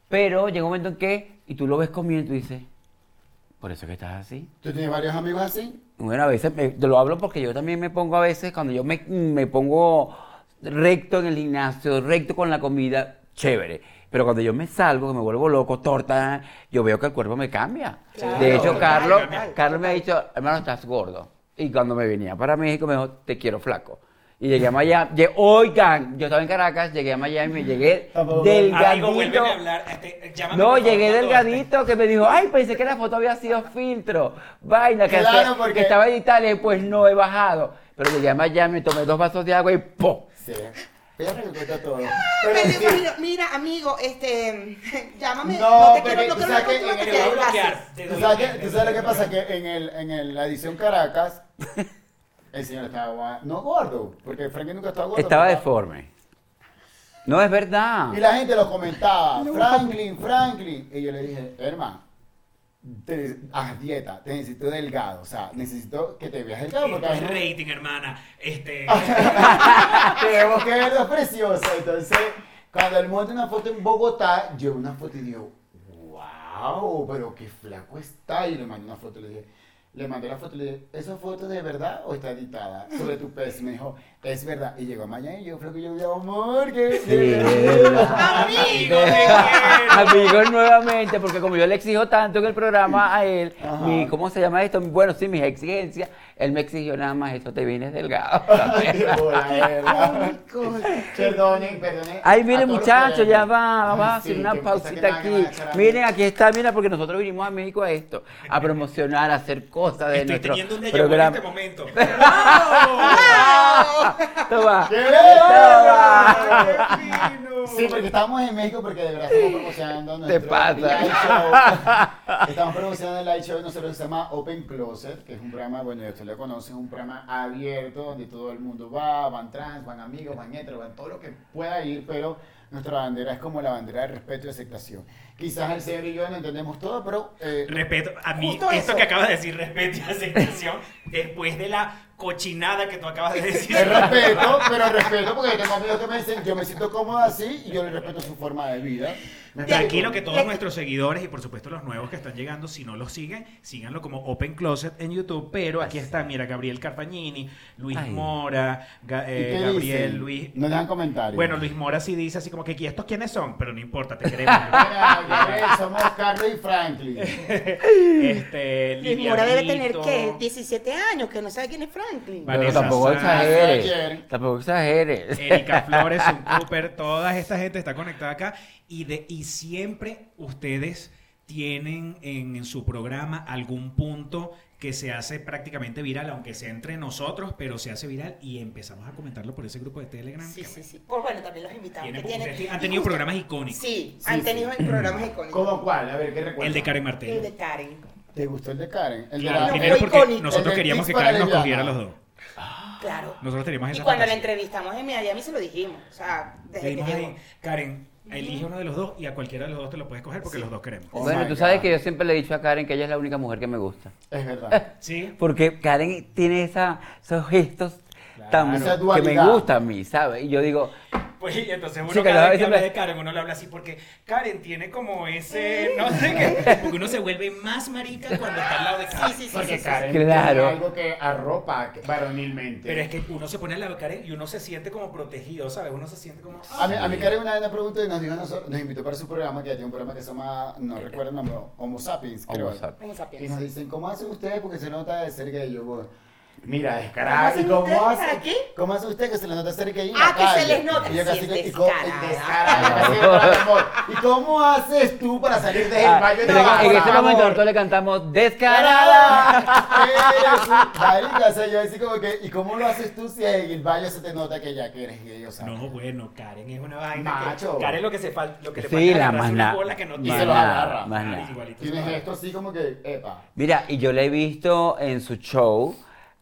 [SPEAKER 3] Pero llega un momento en que, y tú lo ves comiendo y tú dices, por eso que estás así.
[SPEAKER 4] ¿Tú tienes varios amigos así?
[SPEAKER 3] Bueno, a veces me- te lo hablo porque yo también me pongo a veces, cuando yo me, me pongo recto en el gimnasio, recto con la comida, chévere. Pero cuando yo me salgo, que me vuelvo loco, torta, yo veo que el cuerpo me cambia.
[SPEAKER 1] Claro,
[SPEAKER 3] de hecho,
[SPEAKER 4] total,
[SPEAKER 3] Carlos,
[SPEAKER 1] total,
[SPEAKER 3] Carlos me ha dicho, hermano, estás gordo. Y cuando me venía para México, me dijo, te quiero flaco. Y llegué a Miami, lle- oigan, yo estaba en Caracas, llegué a Miami, y llegué
[SPEAKER 4] Tampoco-
[SPEAKER 2] Amigo, vuelve
[SPEAKER 3] delgadito.
[SPEAKER 2] a hablar. este, llámame,
[SPEAKER 3] No,
[SPEAKER 2] por favor,
[SPEAKER 3] llegué
[SPEAKER 2] cuando-
[SPEAKER 3] delgadito que me dijo, ay, pensé que la foto había sido filtro. Vaina, que,
[SPEAKER 4] Claro,
[SPEAKER 3] hace-
[SPEAKER 4] porque-
[SPEAKER 3] que estaba en Italia y pues no he bajado. Pero llegué a Miami, tomé dos vasos de agua y ¡pum!
[SPEAKER 4] Sí. Pero recuerda todo. Pero
[SPEAKER 1] Me dijo,
[SPEAKER 4] sí.
[SPEAKER 1] mira, mira, amigo, este, llámame,
[SPEAKER 4] No,
[SPEAKER 1] no, te
[SPEAKER 4] pero
[SPEAKER 1] quiero, no
[SPEAKER 4] tú
[SPEAKER 1] quiero hablar
[SPEAKER 4] sabes que
[SPEAKER 1] contigo,
[SPEAKER 4] en
[SPEAKER 1] te
[SPEAKER 4] el
[SPEAKER 2] Te voy a
[SPEAKER 1] quiero
[SPEAKER 2] bloquear. te
[SPEAKER 4] ¿Tú
[SPEAKER 2] doy-
[SPEAKER 4] sabes,
[SPEAKER 2] te
[SPEAKER 4] qué, tú
[SPEAKER 2] doy-
[SPEAKER 4] sabes lo que pasa? Que en, el, en el- la edición Caracas, el señor estaba gua- no gordo, porque Frankie nunca estaba gordo.
[SPEAKER 3] Estaba
[SPEAKER 4] pero-
[SPEAKER 3] deforme. No, es verdad.
[SPEAKER 4] Y la gente lo comentaba, Franklin, Franklin. Y yo le dije, hermano, te- haz dieta, te necesito delgado. O sea, necesito que te veas delgado. Porque a
[SPEAKER 2] Esto es
[SPEAKER 4] veces-
[SPEAKER 2] rating, hermana. Este,
[SPEAKER 3] Ah,
[SPEAKER 4] tenemos que verlo precioso. Entonces, cuando él monta una foto en Bogotá, yo una foto y digo, wow, pero qué flaco está. Y le mandé una foto y le dije, Le mandé la foto y le dije, ¿esa foto es de verdad o está editada? Sobre tu pez. Y me dijo, es verdad. Y llegó mañana y yo creo que yo vi amor. Que
[SPEAKER 3] Sí, es verdad.
[SPEAKER 2] Amigo, te quiero.
[SPEAKER 3] Amigos nuevamente, porque como yo le exijo tanto en el programa a él, mi, ¿cómo se llama esto? Bueno, sí, mis exigencias, él me exigió nada más, eso te vienes delgado.
[SPEAKER 4] Hola, verdad.
[SPEAKER 1] Cómico.
[SPEAKER 4] Perdonen, perdonen.
[SPEAKER 3] Ay,
[SPEAKER 4] a
[SPEAKER 3] miren
[SPEAKER 4] todos los
[SPEAKER 3] muchachos, ya
[SPEAKER 4] colegas.
[SPEAKER 3] va, vamos a
[SPEAKER 4] Ay,
[SPEAKER 3] hacer
[SPEAKER 4] sí,
[SPEAKER 3] una
[SPEAKER 4] qué cosa que me
[SPEAKER 3] pausita aquí.
[SPEAKER 4] hagan agarrar.
[SPEAKER 3] Miren, aquí está, mira, porque nosotros vinimos a México a esto, a promocionar, a hacer cosas de
[SPEAKER 2] Estoy
[SPEAKER 3] nuestro
[SPEAKER 2] teniendo un déjà vu en
[SPEAKER 3] programa.
[SPEAKER 2] este momento. ¡Wow!
[SPEAKER 3] Toma.
[SPEAKER 4] ¡Qué
[SPEAKER 2] ¡Qué fino!
[SPEAKER 4] Sí, porque estamos en México porque de verdad estamos promocionando nuestro
[SPEAKER 3] pasa.
[SPEAKER 4] live show. Estamos promocionando el live show de nosotros que se llama Open Closet, que es un programa, bueno, ya usted lo conoce, es un programa abierto donde todo el mundo va, van trans, van amigos, van hetero, van todo lo que pueda ir, pero nuestra bandera es como la bandera de respeto y aceptación. Quizás el señor y yo no entendemos todo, pero... eh,
[SPEAKER 2] Respeto, a mí,
[SPEAKER 1] Justo
[SPEAKER 2] esto
[SPEAKER 1] eso.
[SPEAKER 2] que acabas de decir, respeto y aceptación, después de la cochinada que tú acabas de decir.
[SPEAKER 4] el respeto, pero el respeto porque yo tengo amigos que me dicen, yo me siento cómoda así y yo le respeto su forma de vida. Me
[SPEAKER 2] Tranquilo
[SPEAKER 4] explico.
[SPEAKER 2] que todos nuestros seguidores y por supuesto los nuevos que están llegando, si no los siguen, síganlo como Open Closet en YouTube. Pero aquí están, mira, Gabriel Carpagnini, Luis
[SPEAKER 3] Ay.
[SPEAKER 2] Mora, Ga-
[SPEAKER 4] ¿Y
[SPEAKER 2] eh,
[SPEAKER 4] qué
[SPEAKER 2] Gabriel,
[SPEAKER 4] dicen?
[SPEAKER 2] Luis.
[SPEAKER 4] No dejan comentarios.
[SPEAKER 2] Bueno, Luis Mora sí dice así como que aquí estos quiénes son, pero no importa, te queremos.
[SPEAKER 4] Mira, Gabriel, somos Carlos y Franklin.
[SPEAKER 2] este,
[SPEAKER 1] Luis
[SPEAKER 2] Lidia
[SPEAKER 1] Mora debe
[SPEAKER 2] Brito,
[SPEAKER 1] tener que 17 años, que no sabe quién es Franklin.
[SPEAKER 2] Vale.
[SPEAKER 3] Pero
[SPEAKER 2] Vanessa
[SPEAKER 3] tampoco
[SPEAKER 2] Sanz.
[SPEAKER 3] exageres,
[SPEAKER 4] Ayer.
[SPEAKER 3] tampoco exageres.
[SPEAKER 2] Erika Flores, un Cooper, toda esta gente está conectada acá y, de, y siempre ustedes tienen en, en su programa algún punto que se hace prácticamente viral, aunque sea entre nosotros, pero se hace viral y empezamos a comentarlo por ese grupo de Telegram.
[SPEAKER 1] Sí,
[SPEAKER 2] que
[SPEAKER 1] sí,
[SPEAKER 2] bueno,
[SPEAKER 1] sí. Pues bueno, también los invitados
[SPEAKER 2] tienen-
[SPEAKER 1] que tienen.
[SPEAKER 2] ustedes han
[SPEAKER 1] Y
[SPEAKER 2] tenido
[SPEAKER 1] justo-
[SPEAKER 2] programas icónicos.
[SPEAKER 1] Sí,
[SPEAKER 4] Sí,
[SPEAKER 1] han
[SPEAKER 4] sí.
[SPEAKER 1] tenido programas icónicos.
[SPEAKER 4] ¿Cómo cuál? A ver, ¿qué recuerdas?
[SPEAKER 2] El de Karen
[SPEAKER 1] El de
[SPEAKER 2] Martel.
[SPEAKER 1] Karen.
[SPEAKER 4] ¿Te gustó el de Karen? El de
[SPEAKER 2] Claro,
[SPEAKER 4] la-
[SPEAKER 2] primero
[SPEAKER 1] fue
[SPEAKER 2] porque
[SPEAKER 1] icónico.
[SPEAKER 4] El
[SPEAKER 2] nosotros
[SPEAKER 4] de
[SPEAKER 2] queríamos que
[SPEAKER 4] Tips para
[SPEAKER 2] Karen nos
[SPEAKER 4] Lesbianas.
[SPEAKER 2] cogiera a los dos.
[SPEAKER 1] Claro.
[SPEAKER 2] Nosotros teníamos
[SPEAKER 1] Y
[SPEAKER 2] esa
[SPEAKER 1] cuando la
[SPEAKER 2] fantasía.
[SPEAKER 1] entrevistamos en Miami se lo dijimos. O sea,
[SPEAKER 2] Le
[SPEAKER 1] desde que
[SPEAKER 2] dimos
[SPEAKER 1] llegó.
[SPEAKER 2] ahí, Karen, elige uno de los dos y a cualquiera de los dos te lo puedes coger porque los dos queremos.
[SPEAKER 4] Oh
[SPEAKER 3] bueno,
[SPEAKER 4] my
[SPEAKER 3] tú sabes
[SPEAKER 4] God.
[SPEAKER 3] que yo siempre le he dicho a Karen que ella es la única mujer que me gusta.
[SPEAKER 4] Es verdad.
[SPEAKER 2] Sí.
[SPEAKER 3] Porque Karen tiene esa, esos gestos tan
[SPEAKER 4] Esa
[SPEAKER 3] que me
[SPEAKER 4] dualidad.
[SPEAKER 3] gustan a mí, ¿sabes? Y yo digo,
[SPEAKER 2] Pues y entonces uno
[SPEAKER 3] Sí, que
[SPEAKER 2] cada
[SPEAKER 3] la-
[SPEAKER 2] vez que
[SPEAKER 3] siempre-
[SPEAKER 2] habla de Karen, uno le habla así porque Karen tiene como ese, no sé qué, porque uno se vuelve más marica cuando está al lado de Karen.
[SPEAKER 1] Sí, sí, sí.
[SPEAKER 4] Porque Karen
[SPEAKER 3] Claro.
[SPEAKER 4] tiene algo que arropa varonilmente.
[SPEAKER 2] Pero es que uno se pone al lado de Karen y uno se siente como protegido, ¿sabes? Uno se siente como... "Ah,
[SPEAKER 4] A mí, a mí Karen una vez nos preguntó y nos, dijo a nosotros- nos invitó para su programa, que tiene un programa que se llama, no recuerdo el nombre, Homo Sapiens, creo.
[SPEAKER 3] Eh, Homo sapiens.
[SPEAKER 1] Vamos a
[SPEAKER 4] Y nos
[SPEAKER 1] pensar.
[SPEAKER 4] dicen, ¿cómo hacen ustedes? Porque se nota de ser gay. Yo, bueno, mira,
[SPEAKER 1] ¿Cómo
[SPEAKER 4] descarada.
[SPEAKER 1] hacen
[SPEAKER 4] ¿Y cómo
[SPEAKER 1] ustedes
[SPEAKER 4] hace,
[SPEAKER 1] para qué?
[SPEAKER 4] ¿Cómo hace usted que se les nota ser gay? en
[SPEAKER 1] Ah,
[SPEAKER 4] la
[SPEAKER 1] que se
[SPEAKER 4] calle?
[SPEAKER 1] les nota.
[SPEAKER 4] Y yo casi
[SPEAKER 1] Sí,
[SPEAKER 4] que,
[SPEAKER 1] es
[SPEAKER 4] y co-
[SPEAKER 1] descarada.
[SPEAKER 4] y descarada, casi que para el amor. ¿Y cómo haces tú para salir del
[SPEAKER 3] ah,
[SPEAKER 4] baño?
[SPEAKER 3] pero en- en este momento nosotros le cantamos descarada.
[SPEAKER 4] ¡Descarada! Marica, o sea, yo así como que, ¿y cómo lo haces tú si en el baño se te nota que ya que eres gay? O sea,
[SPEAKER 2] No, bueno, Karen es una vaina. que-
[SPEAKER 4] Ah, Macho.
[SPEAKER 2] Karen lo que, se fal- lo que le
[SPEAKER 3] Sí,
[SPEAKER 2] falta es
[SPEAKER 3] la
[SPEAKER 2] agarrarse
[SPEAKER 3] maná-
[SPEAKER 2] una bola que no
[SPEAKER 4] y
[SPEAKER 2] tiene.
[SPEAKER 4] se lo
[SPEAKER 3] Maná,
[SPEAKER 4] agarra.
[SPEAKER 3] maná.
[SPEAKER 2] Ah, igualito se lo
[SPEAKER 4] Tienes
[SPEAKER 2] agarra.
[SPEAKER 4] esto así como que, epa.
[SPEAKER 3] Mira, y yo la he visto en su show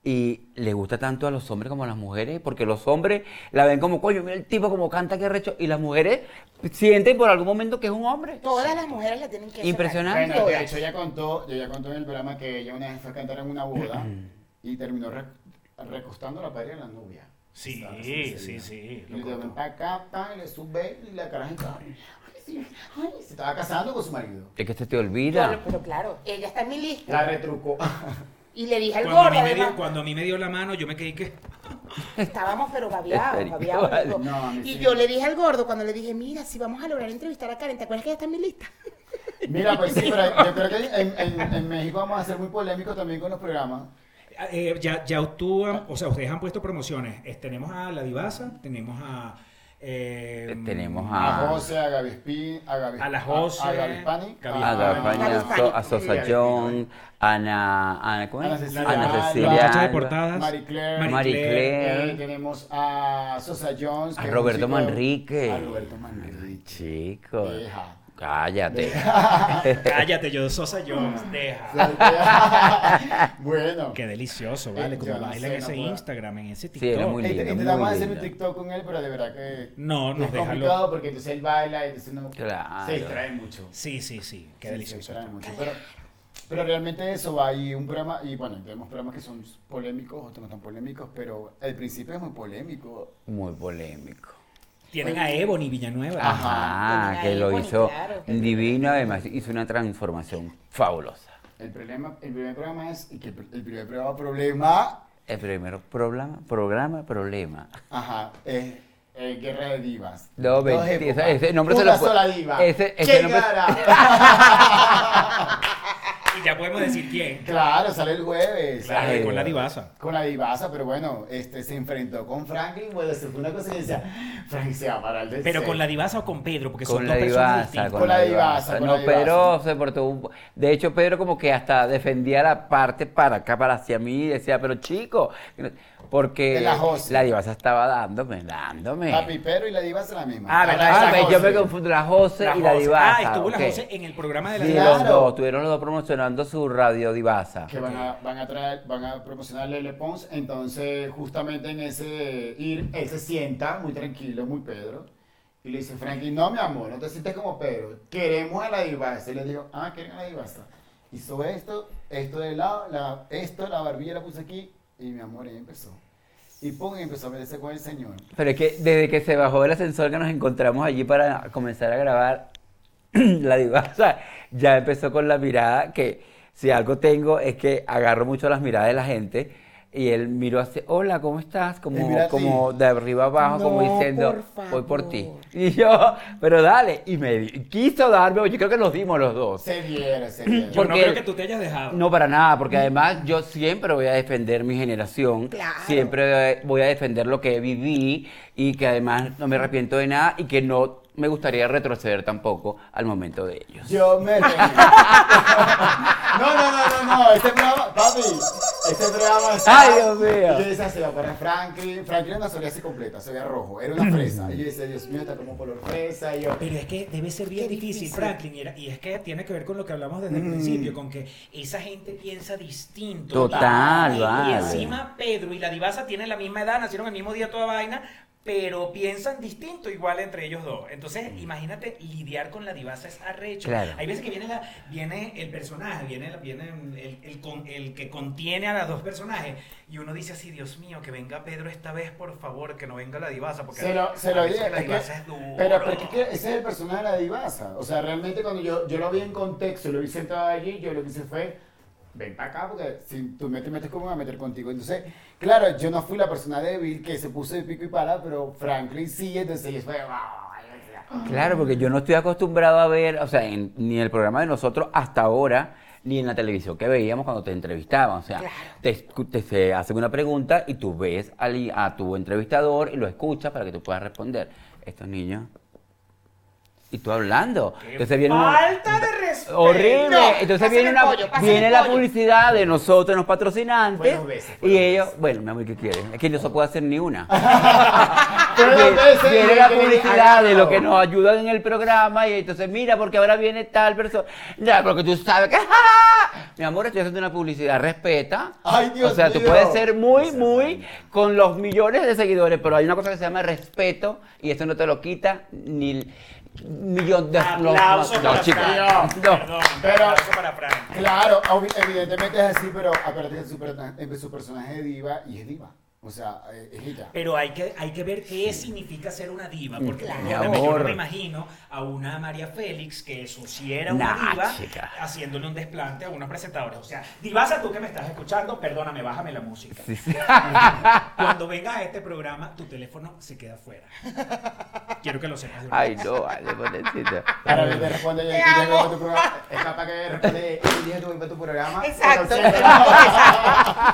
[SPEAKER 3] y le gusta tanto a los hombres como a las mujeres, porque los hombres la ven como, coño, mira el tipo como canta, qué recho, y las mujeres sienten por algún momento que es un hombre.
[SPEAKER 1] Todas las mujeres le tienen que hacer
[SPEAKER 3] Impresionante.
[SPEAKER 1] algo.
[SPEAKER 4] Bueno, de
[SPEAKER 1] Todas.
[SPEAKER 4] hecho ella contó, ella contó en el programa que ella una vez fue a cantar en una boda y terminó re- recostando la pared a la novia.
[SPEAKER 2] Sí,
[SPEAKER 4] ¿Sabes?
[SPEAKER 2] sí,
[SPEAKER 4] Ese día.
[SPEAKER 2] sí, sí,
[SPEAKER 4] Y
[SPEAKER 2] lo
[SPEAKER 4] le dio
[SPEAKER 2] contó.
[SPEAKER 4] pa' acá, pa, y le sube y la caraja estaba. Ay, sí, ay, se estaba casando con su marido.
[SPEAKER 3] Es que se te
[SPEAKER 1] Yo
[SPEAKER 3] olvida.
[SPEAKER 1] lo- Pero claro, ella está en mi lista.
[SPEAKER 4] La retrucó.
[SPEAKER 1] Y le dije al
[SPEAKER 2] Cuando a, mí
[SPEAKER 1] gordo,
[SPEAKER 2] me dio,
[SPEAKER 1] además,
[SPEAKER 2] cuando a mí me dio la mano, yo me quedé que...
[SPEAKER 1] estábamos pero babeados,
[SPEAKER 3] Marico,
[SPEAKER 1] babeados.
[SPEAKER 3] vale.
[SPEAKER 1] loco.
[SPEAKER 4] No, a mí
[SPEAKER 1] y
[SPEAKER 4] sí.
[SPEAKER 1] yo le dije al gordo, cuando le dije, mira, si vamos a lograr entrevistar a Karen, ¿te acuerdas que ella está en mi lista?
[SPEAKER 4] Mira, pues sí, pero yo creo que en, en- en México vamos a ser muy polémicos también con los programas.
[SPEAKER 2] Eh, ya, ya tú, han- o sea, ustedes han puesto promociones. Es- tenemos a La Divaza, tenemos a... eh,
[SPEAKER 3] Tenemos
[SPEAKER 4] A
[SPEAKER 3] Ah.
[SPEAKER 4] José, a Gaby Spin, a Gaby
[SPEAKER 2] A la Jose,
[SPEAKER 4] a, a Gaby Spani,
[SPEAKER 2] Gaby
[SPEAKER 3] A
[SPEAKER 2] Gaby
[SPEAKER 3] Gaby
[SPEAKER 1] Gaby
[SPEAKER 3] Pañazo, a
[SPEAKER 1] Pañazo,
[SPEAKER 3] Sosa
[SPEAKER 4] Gaby
[SPEAKER 3] John, Ana, Ana, ¿cómo
[SPEAKER 4] Ana
[SPEAKER 3] es?
[SPEAKER 4] Cecilia
[SPEAKER 3] Ana
[SPEAKER 4] Alba,
[SPEAKER 2] La
[SPEAKER 3] Cecilia.
[SPEAKER 2] muchacha de
[SPEAKER 3] Alba,
[SPEAKER 2] portadas.
[SPEAKER 4] Marie Claire.
[SPEAKER 3] Marie Claire.
[SPEAKER 4] Eh, tenemos a Sosa Jones.
[SPEAKER 3] A
[SPEAKER 4] que es un
[SPEAKER 3] Roberto
[SPEAKER 4] chico-
[SPEAKER 3] Manrique.
[SPEAKER 4] A Roberto Manrique.
[SPEAKER 3] Chico,
[SPEAKER 4] Deja.
[SPEAKER 3] cállate.
[SPEAKER 2] Cállate, yo Sosa Jones, deja.
[SPEAKER 4] bueno.
[SPEAKER 2] Qué delicioso, vale,
[SPEAKER 4] Eh,
[SPEAKER 2] como
[SPEAKER 4] yo no
[SPEAKER 2] baila en
[SPEAKER 4] sé,
[SPEAKER 2] ese
[SPEAKER 4] no puedo.
[SPEAKER 2] Instagram, en ese
[SPEAKER 3] Sí, era
[SPEAKER 2] TikTok.
[SPEAKER 3] muy-
[SPEAKER 4] Int-
[SPEAKER 3] lindo,
[SPEAKER 4] Intentamos
[SPEAKER 3] muy
[SPEAKER 4] hacer un
[SPEAKER 3] lindo.
[SPEAKER 4] TikTok con él, pero de verdad que
[SPEAKER 2] No, nos
[SPEAKER 4] es
[SPEAKER 2] deja
[SPEAKER 4] complicado
[SPEAKER 2] loco.
[SPEAKER 4] porque entonces él baila y entonces uno
[SPEAKER 3] Claro.
[SPEAKER 4] se distrae mucho.
[SPEAKER 2] Sí, sí, sí, qué
[SPEAKER 4] Sí,
[SPEAKER 2] delicioso.
[SPEAKER 4] se distrae mucho, Pero, pero realmente eso va y un programa, y bueno, tenemos programas que son polémicos, otros no tan polémicos, pero el principio es muy polémico.
[SPEAKER 3] Muy polémico.
[SPEAKER 2] Tienen a Ebony Villanueva.
[SPEAKER 4] Ajá.
[SPEAKER 3] Ajá,
[SPEAKER 1] Bueno,
[SPEAKER 3] que
[SPEAKER 1] ahí,
[SPEAKER 3] lo
[SPEAKER 1] bueno,
[SPEAKER 3] hizo
[SPEAKER 1] claro.
[SPEAKER 3] divino, además hizo una transformación fabulosa.
[SPEAKER 4] El, problema, el primer programa es. y que el, el primer programa, problema.
[SPEAKER 3] El primero programa, programa, problema.
[SPEAKER 4] Ajá. Es eh, Guerra de Divas.
[SPEAKER 3] No,
[SPEAKER 4] Dos
[SPEAKER 3] mentira,
[SPEAKER 4] épocas.
[SPEAKER 3] ese- ese nombre se
[SPEAKER 4] Una
[SPEAKER 3] lo pu-
[SPEAKER 4] sola diva.
[SPEAKER 3] ese- ese
[SPEAKER 4] ¿Quién
[SPEAKER 3] nombre-
[SPEAKER 4] gana?
[SPEAKER 2] Y ya podemos decir quién.
[SPEAKER 4] claro, sale el jueves.
[SPEAKER 2] Claro, y
[SPEAKER 3] Ay,
[SPEAKER 2] con la
[SPEAKER 3] Dios.
[SPEAKER 2] divasa.
[SPEAKER 4] Con la divasa, pero bueno, este se enfrentó con Franklin. Bueno, eso fue una cosa que decía. Franklin se va a parar de
[SPEAKER 2] Pero
[SPEAKER 4] ser.
[SPEAKER 2] con la divasa o con Pedro, porque son
[SPEAKER 3] Con
[SPEAKER 2] dos
[SPEAKER 3] la
[SPEAKER 2] personas
[SPEAKER 3] divasa,
[SPEAKER 2] distintas.
[SPEAKER 4] Con la divasa, con
[SPEAKER 3] No,
[SPEAKER 4] la
[SPEAKER 3] Pedro
[SPEAKER 4] divasa.
[SPEAKER 3] se portó un... De hecho, Pedro como que hasta defendía la parte para acá, para hacia mí, y decía, pero chico, porque
[SPEAKER 4] De la Jose.
[SPEAKER 3] la divasa estaba dándome, dándome.
[SPEAKER 4] Papi, pero y la divasa es la misma.
[SPEAKER 3] Ah,
[SPEAKER 4] Ahora
[SPEAKER 3] verdad,
[SPEAKER 4] es la
[SPEAKER 3] ah, ve, yo
[SPEAKER 4] Jose.
[SPEAKER 3] me confundo, la Jose
[SPEAKER 2] La
[SPEAKER 3] y la
[SPEAKER 2] Jose.
[SPEAKER 3] divasa.
[SPEAKER 2] Ah, estuvo la
[SPEAKER 3] ok.
[SPEAKER 2] Jose en el programa de la
[SPEAKER 3] Sí,
[SPEAKER 2] divasa.
[SPEAKER 4] Divasa.
[SPEAKER 3] los dos, estuvieron los dos promocionando su radio divasa.
[SPEAKER 4] que van a, van a traer, van a promocionar Lele Pons, entonces justamente en ese ir, él se sienta muy tranquilo, muy Pedro, y le dice, Franklin, no mi amor, no te sientes como Pedro, queremos a la divasa, y le digo, ah, quieren a la divasa, hizo esto, esto de lado, la, esto, la barbilla la puse aquí, y mi amor, y empezó, y pum, y empezó a meterse con el señor,
[SPEAKER 3] Pero es que desde que se bajó el ascensor que nos encontramos allí para comenzar a grabar la divasa, ya empezó con la mirada que si algo tengo es que agarro mucho las miradas de la gente y él miró así, hola, ¿cómo estás?
[SPEAKER 4] Él
[SPEAKER 3] Como,
[SPEAKER 4] mira a ti.
[SPEAKER 3] como de arriba abajo, como
[SPEAKER 1] No,
[SPEAKER 3] diciendo,
[SPEAKER 1] por
[SPEAKER 3] voy por ti.
[SPEAKER 1] favor.
[SPEAKER 3] Y yo, pero dale, y me di- quiso darme, yo creo que nos dimos los dos.
[SPEAKER 4] se viera, se viera,
[SPEAKER 2] Yo no
[SPEAKER 3] porque-
[SPEAKER 2] creo que tú te hayas dejado.
[SPEAKER 3] No para nada, porque además yo siempre voy a defender mi generación,
[SPEAKER 1] Claro.
[SPEAKER 3] siempre voy a defender lo que viví y que además no me arrepiento de nada y que no me gustaría retroceder tampoco al momento de ellos.
[SPEAKER 4] Yo me reí. No, no, no, no, no. Este programa, papi, este programa es.
[SPEAKER 3] Ay, Dios mío.
[SPEAKER 4] Y yo decía, se va para Franklin. Franklin era una psoriasis completa, se veía rojo, era una fresa. Y yo decía, Dios mío, está como color fresa. Y yo,
[SPEAKER 2] Pero es que debe ser bien
[SPEAKER 1] Qué
[SPEAKER 2] difícil, Mm.
[SPEAKER 1] difícil.
[SPEAKER 2] Franklin. Y, era- y es que tiene que ver con lo que hablamos desde el principio, con que esa gente piensa distinto.
[SPEAKER 3] Total,
[SPEAKER 2] Y- y,
[SPEAKER 3] vale.
[SPEAKER 2] encima Pedro y la divasa tienen la misma edad, nacieron el mismo día toda vaina, pero piensan distinto igual entre ellos dos. Entonces, imagínate, lidiar con la divasa es arrecho.
[SPEAKER 3] Claro.
[SPEAKER 2] Hay veces que viene, la, viene el personaje, viene, la- viene el, el con- el que contiene a los dos personajes, y uno dice así, Dios mío, que venga Pedro esta vez, por favor, que no venga la divasa, porque
[SPEAKER 4] se lo, se
[SPEAKER 2] a
[SPEAKER 4] lo
[SPEAKER 2] veces
[SPEAKER 4] dije.
[SPEAKER 2] la
[SPEAKER 4] es que-
[SPEAKER 2] divasa es duro.
[SPEAKER 4] pero, pero es que ese es el personaje de la divasa. O sea, realmente cuando yo, yo lo vi en contexto y lo vi sentado allí, yo lo que hice fue. Ven para acá porque si tú me te metes, ¿cómo me voy a meter contigo? Entonces, claro, yo no fui la persona débil que se puso de pico y pala, pero Franklin sí, entonces yo fue.
[SPEAKER 3] Claro, porque yo no estoy acostumbrado a ver, o sea, en- ni en el programa de nosotros hasta ahora, ni en la televisión que veíamos cuando te entrevistaban. O sea, te, escu- te- se hacen una pregunta y tú ves al- a tu entrevistador y lo escuchas para que tú puedas responder. Estos niños. Y tú hablando. Entonces viene un-
[SPEAKER 2] Falta de respeto.
[SPEAKER 3] Horrible.
[SPEAKER 1] No,
[SPEAKER 3] Entonces
[SPEAKER 1] pásame
[SPEAKER 3] viene,
[SPEAKER 1] el
[SPEAKER 3] una,
[SPEAKER 1] pollo, pásame
[SPEAKER 3] viene
[SPEAKER 1] el
[SPEAKER 3] la
[SPEAKER 1] pollo.
[SPEAKER 3] publicidad de nosotros, los patrocinantes.
[SPEAKER 4] Fueron veces,
[SPEAKER 3] y
[SPEAKER 4] fueron
[SPEAKER 3] ellos, bueno, mi amor, ¿qué quieres? Es que no se puede hacer ni una.
[SPEAKER 4] Fueron veces,
[SPEAKER 3] viene la
[SPEAKER 4] que le-
[SPEAKER 3] publicidad de lo que
[SPEAKER 4] Agárralo.
[SPEAKER 3] nos ayudan en el programa y entonces, mira, porque ahora viene tal persona. Ya, porque tú sabes que... Mi amor, estoy haciendo una publicidad, respeta.
[SPEAKER 4] Ay, Dios
[SPEAKER 3] O sea, tú
[SPEAKER 4] mío.
[SPEAKER 3] puedes ser
[SPEAKER 4] O
[SPEAKER 3] muy,
[SPEAKER 4] sea,
[SPEAKER 3] muy con los millones de seguidores, pero hay una cosa que se llama respeto y esto no te lo quita ni el millón de... no,
[SPEAKER 2] Aplauso
[SPEAKER 3] no, no,
[SPEAKER 2] para
[SPEAKER 3] chicos,
[SPEAKER 2] Frank.
[SPEAKER 3] no.
[SPEAKER 2] Perdón,
[SPEAKER 4] Pero-
[SPEAKER 2] aplauso para Frank.
[SPEAKER 4] Claro, obvi- evidentemente es así, pero aparte que su, perna- eh, su personaje es diva y es diva. O sea, eh, es ella.
[SPEAKER 2] Pero hay que, hay que ver qué significa ser una diva, porque
[SPEAKER 3] Mm, Claro.
[SPEAKER 2] perdóname, yo
[SPEAKER 3] Amor.
[SPEAKER 2] no me imagino a una María Félix que eso sí era una
[SPEAKER 3] Nah,
[SPEAKER 2] diva
[SPEAKER 3] chica.
[SPEAKER 2] haciéndole un desplante a unos presentadores. O sea, divasa tú que me estás escuchando, perdóname, bájame la música.
[SPEAKER 3] Sí, sí.
[SPEAKER 2] Cuando vengas a este programa, tu teléfono se queda fuera. Quiero que lo sepas. de una
[SPEAKER 3] Ay, no, vale, pobrecito.
[SPEAKER 4] Ahora que te responde, yo
[SPEAKER 1] Te
[SPEAKER 4] yo
[SPEAKER 1] amo.
[SPEAKER 4] voy para tu programa. Es capaz que responde, ¿quién dijo que voy para tu programa?
[SPEAKER 1] Exacto.
[SPEAKER 4] Con la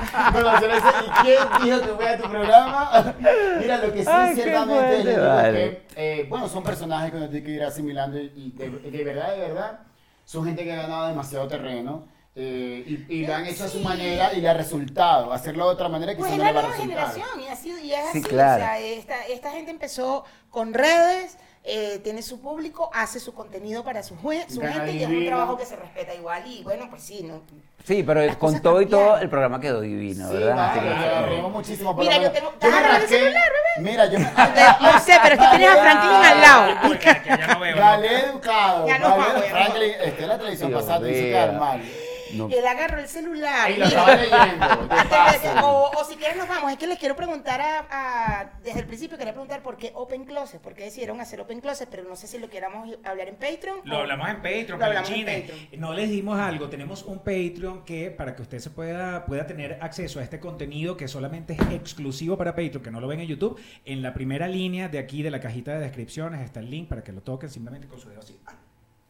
[SPEAKER 4] opción- Con la opción esa, ¿y quién dijo que voy a tu programa? Mira, lo que sí,
[SPEAKER 3] Ay, qué
[SPEAKER 4] ciertamente, yo
[SPEAKER 3] fuerte,
[SPEAKER 4] digo
[SPEAKER 3] vale.
[SPEAKER 4] que, eh, bueno, son personajes que uno tiene que ir asimilando y, y de, de verdad, de verdad, son gente que ha ganado demasiado terreno. eh, y, y lo han hecho a su
[SPEAKER 1] Sí.
[SPEAKER 4] manera y le ha resultado. Hacerlo de otra manera quizás
[SPEAKER 1] Pues es
[SPEAKER 4] no
[SPEAKER 1] la
[SPEAKER 4] le va a
[SPEAKER 1] nueva
[SPEAKER 4] resultar.
[SPEAKER 1] generación y, ha sido, y es
[SPEAKER 3] Sí,
[SPEAKER 1] así.
[SPEAKER 3] claro.
[SPEAKER 1] O sea, esta, esta gente empezó con redes, eh, tiene su público, hace su contenido para su, jue- su
[SPEAKER 4] Gana
[SPEAKER 1] gente y es un
[SPEAKER 4] divino.
[SPEAKER 1] trabajo que se respeta igual. Y bueno, pues sí, ¿no?
[SPEAKER 3] Sí, pero
[SPEAKER 1] Las
[SPEAKER 3] con
[SPEAKER 1] cosas
[SPEAKER 3] todo y todo
[SPEAKER 1] cambiaron.
[SPEAKER 3] el programa quedó divino,
[SPEAKER 4] Sí,
[SPEAKER 3] ¿verdad? Así
[SPEAKER 4] vale,
[SPEAKER 3] que-
[SPEAKER 4] agarremos muchísimo. por
[SPEAKER 1] Mira,
[SPEAKER 4] lo
[SPEAKER 1] yo
[SPEAKER 4] menos.
[SPEAKER 1] tengo-
[SPEAKER 4] me
[SPEAKER 1] agarra el
[SPEAKER 4] rasqué-
[SPEAKER 1] celular,
[SPEAKER 4] Mira, yo me.
[SPEAKER 1] No sé, pero es que tienes a Franklin al
[SPEAKER 2] vez.
[SPEAKER 1] lado.
[SPEAKER 2] Porque aquí ya no veo, ¿no?
[SPEAKER 4] Galé educado.
[SPEAKER 1] Ya no
[SPEAKER 4] Galé-
[SPEAKER 1] pago, ya no
[SPEAKER 4] Franklin, este, la televisión
[SPEAKER 3] Dios
[SPEAKER 4] pasada te hizo
[SPEAKER 3] mío.
[SPEAKER 4] quedar mal.
[SPEAKER 3] No.
[SPEAKER 1] Y él agarró el celular.
[SPEAKER 4] Y lo
[SPEAKER 1] mira,
[SPEAKER 4] estaba leyendo, de
[SPEAKER 1] antes de-
[SPEAKER 4] paso.
[SPEAKER 1] o, o si quieren nos vamos, es que les quiero preguntar a, a- desde el principio quería preguntar por qué Open Closet, por qué decidieron hacer Open Closet, pero no sé si lo queramos hablar en Patreon.
[SPEAKER 2] Lo
[SPEAKER 1] o-
[SPEAKER 2] hablamos en Patreon,
[SPEAKER 1] Oh, Lo hablamos en
[SPEAKER 2] peluchines.
[SPEAKER 1] Patreon.
[SPEAKER 2] No les dimos algo. Tenemos un Patreon que para que usted se pueda, pueda tener acceso a este contenido que solamente es exclusivo para Patreon, que no lo ven en YouTube. En la primera línea de aquí de la cajita de descripciones está el link para que lo toquen simplemente con su dedo así. ah,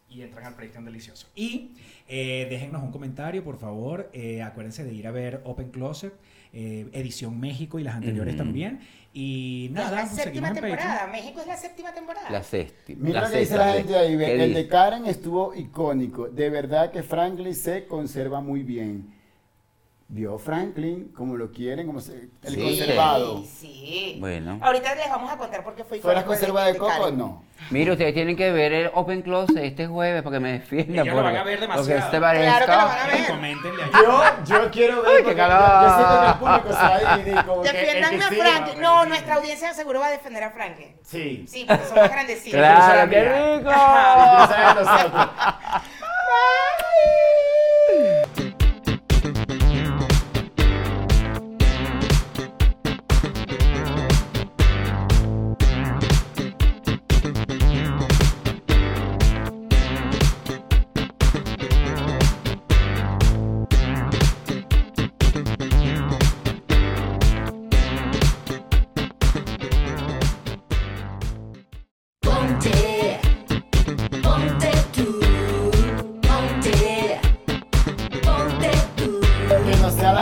[SPEAKER 2] Y entran al Patreon delicioso. Y eh, déjennos un comentario, por favor. Eh, acuérdense de ir a ver Open Closet, eh, Edición México y las anteriores
[SPEAKER 3] Ujú.
[SPEAKER 2] también. Y
[SPEAKER 1] Es
[SPEAKER 2] nada,
[SPEAKER 1] la
[SPEAKER 2] pues,
[SPEAKER 1] séptima
[SPEAKER 2] seguimos en Patreon.
[SPEAKER 1] temporada. México es la séptima temporada.
[SPEAKER 3] La sexta.
[SPEAKER 4] Mira
[SPEAKER 3] la
[SPEAKER 4] lo que dice
[SPEAKER 3] sexta,
[SPEAKER 4] la
[SPEAKER 3] sí.
[SPEAKER 4] gente ahí, ve,
[SPEAKER 3] ¿Qué
[SPEAKER 4] el
[SPEAKER 3] dice?
[SPEAKER 4] de Karen estuvo icónico. De verdad que Franklin se conserva muy bien. Vio Franklin como lo quieren, como se- el
[SPEAKER 3] Sí.
[SPEAKER 4] conservado.
[SPEAKER 1] Sí, sí.
[SPEAKER 3] Bueno.
[SPEAKER 1] Ahorita les vamos a contar por qué fue
[SPEAKER 4] ¿Fuera
[SPEAKER 1] icónico el
[SPEAKER 4] conserva de coco o
[SPEAKER 1] Karen.
[SPEAKER 4] no?
[SPEAKER 3] Mira, ustedes tienen que ver el Open Closet este jueves para que me defiendan.
[SPEAKER 2] Ellos lo van
[SPEAKER 3] porque-
[SPEAKER 2] a ver demasiado.
[SPEAKER 3] Porque este
[SPEAKER 1] Claro que lo
[SPEAKER 3] parezca-
[SPEAKER 1] van a ver. Ah,
[SPEAKER 2] Y Coméntenle ahí.
[SPEAKER 4] Yo, yo quiero ver,
[SPEAKER 3] Ay, qué
[SPEAKER 4] porque yo,
[SPEAKER 3] calor.
[SPEAKER 4] yo siento que el público se va a dividir como que el
[SPEAKER 1] Defiendan
[SPEAKER 4] que
[SPEAKER 1] a
[SPEAKER 4] sí,
[SPEAKER 1] Franklin.
[SPEAKER 4] va
[SPEAKER 1] No,
[SPEAKER 4] perder.
[SPEAKER 1] nuestra audiencia seguro va a defender a Franklin.
[SPEAKER 4] Sí.
[SPEAKER 1] Sí, porque son más grandecitos.
[SPEAKER 3] Claro, qué
[SPEAKER 4] Mira.
[SPEAKER 3] rico.
[SPEAKER 4] Ustedes saben nosotros.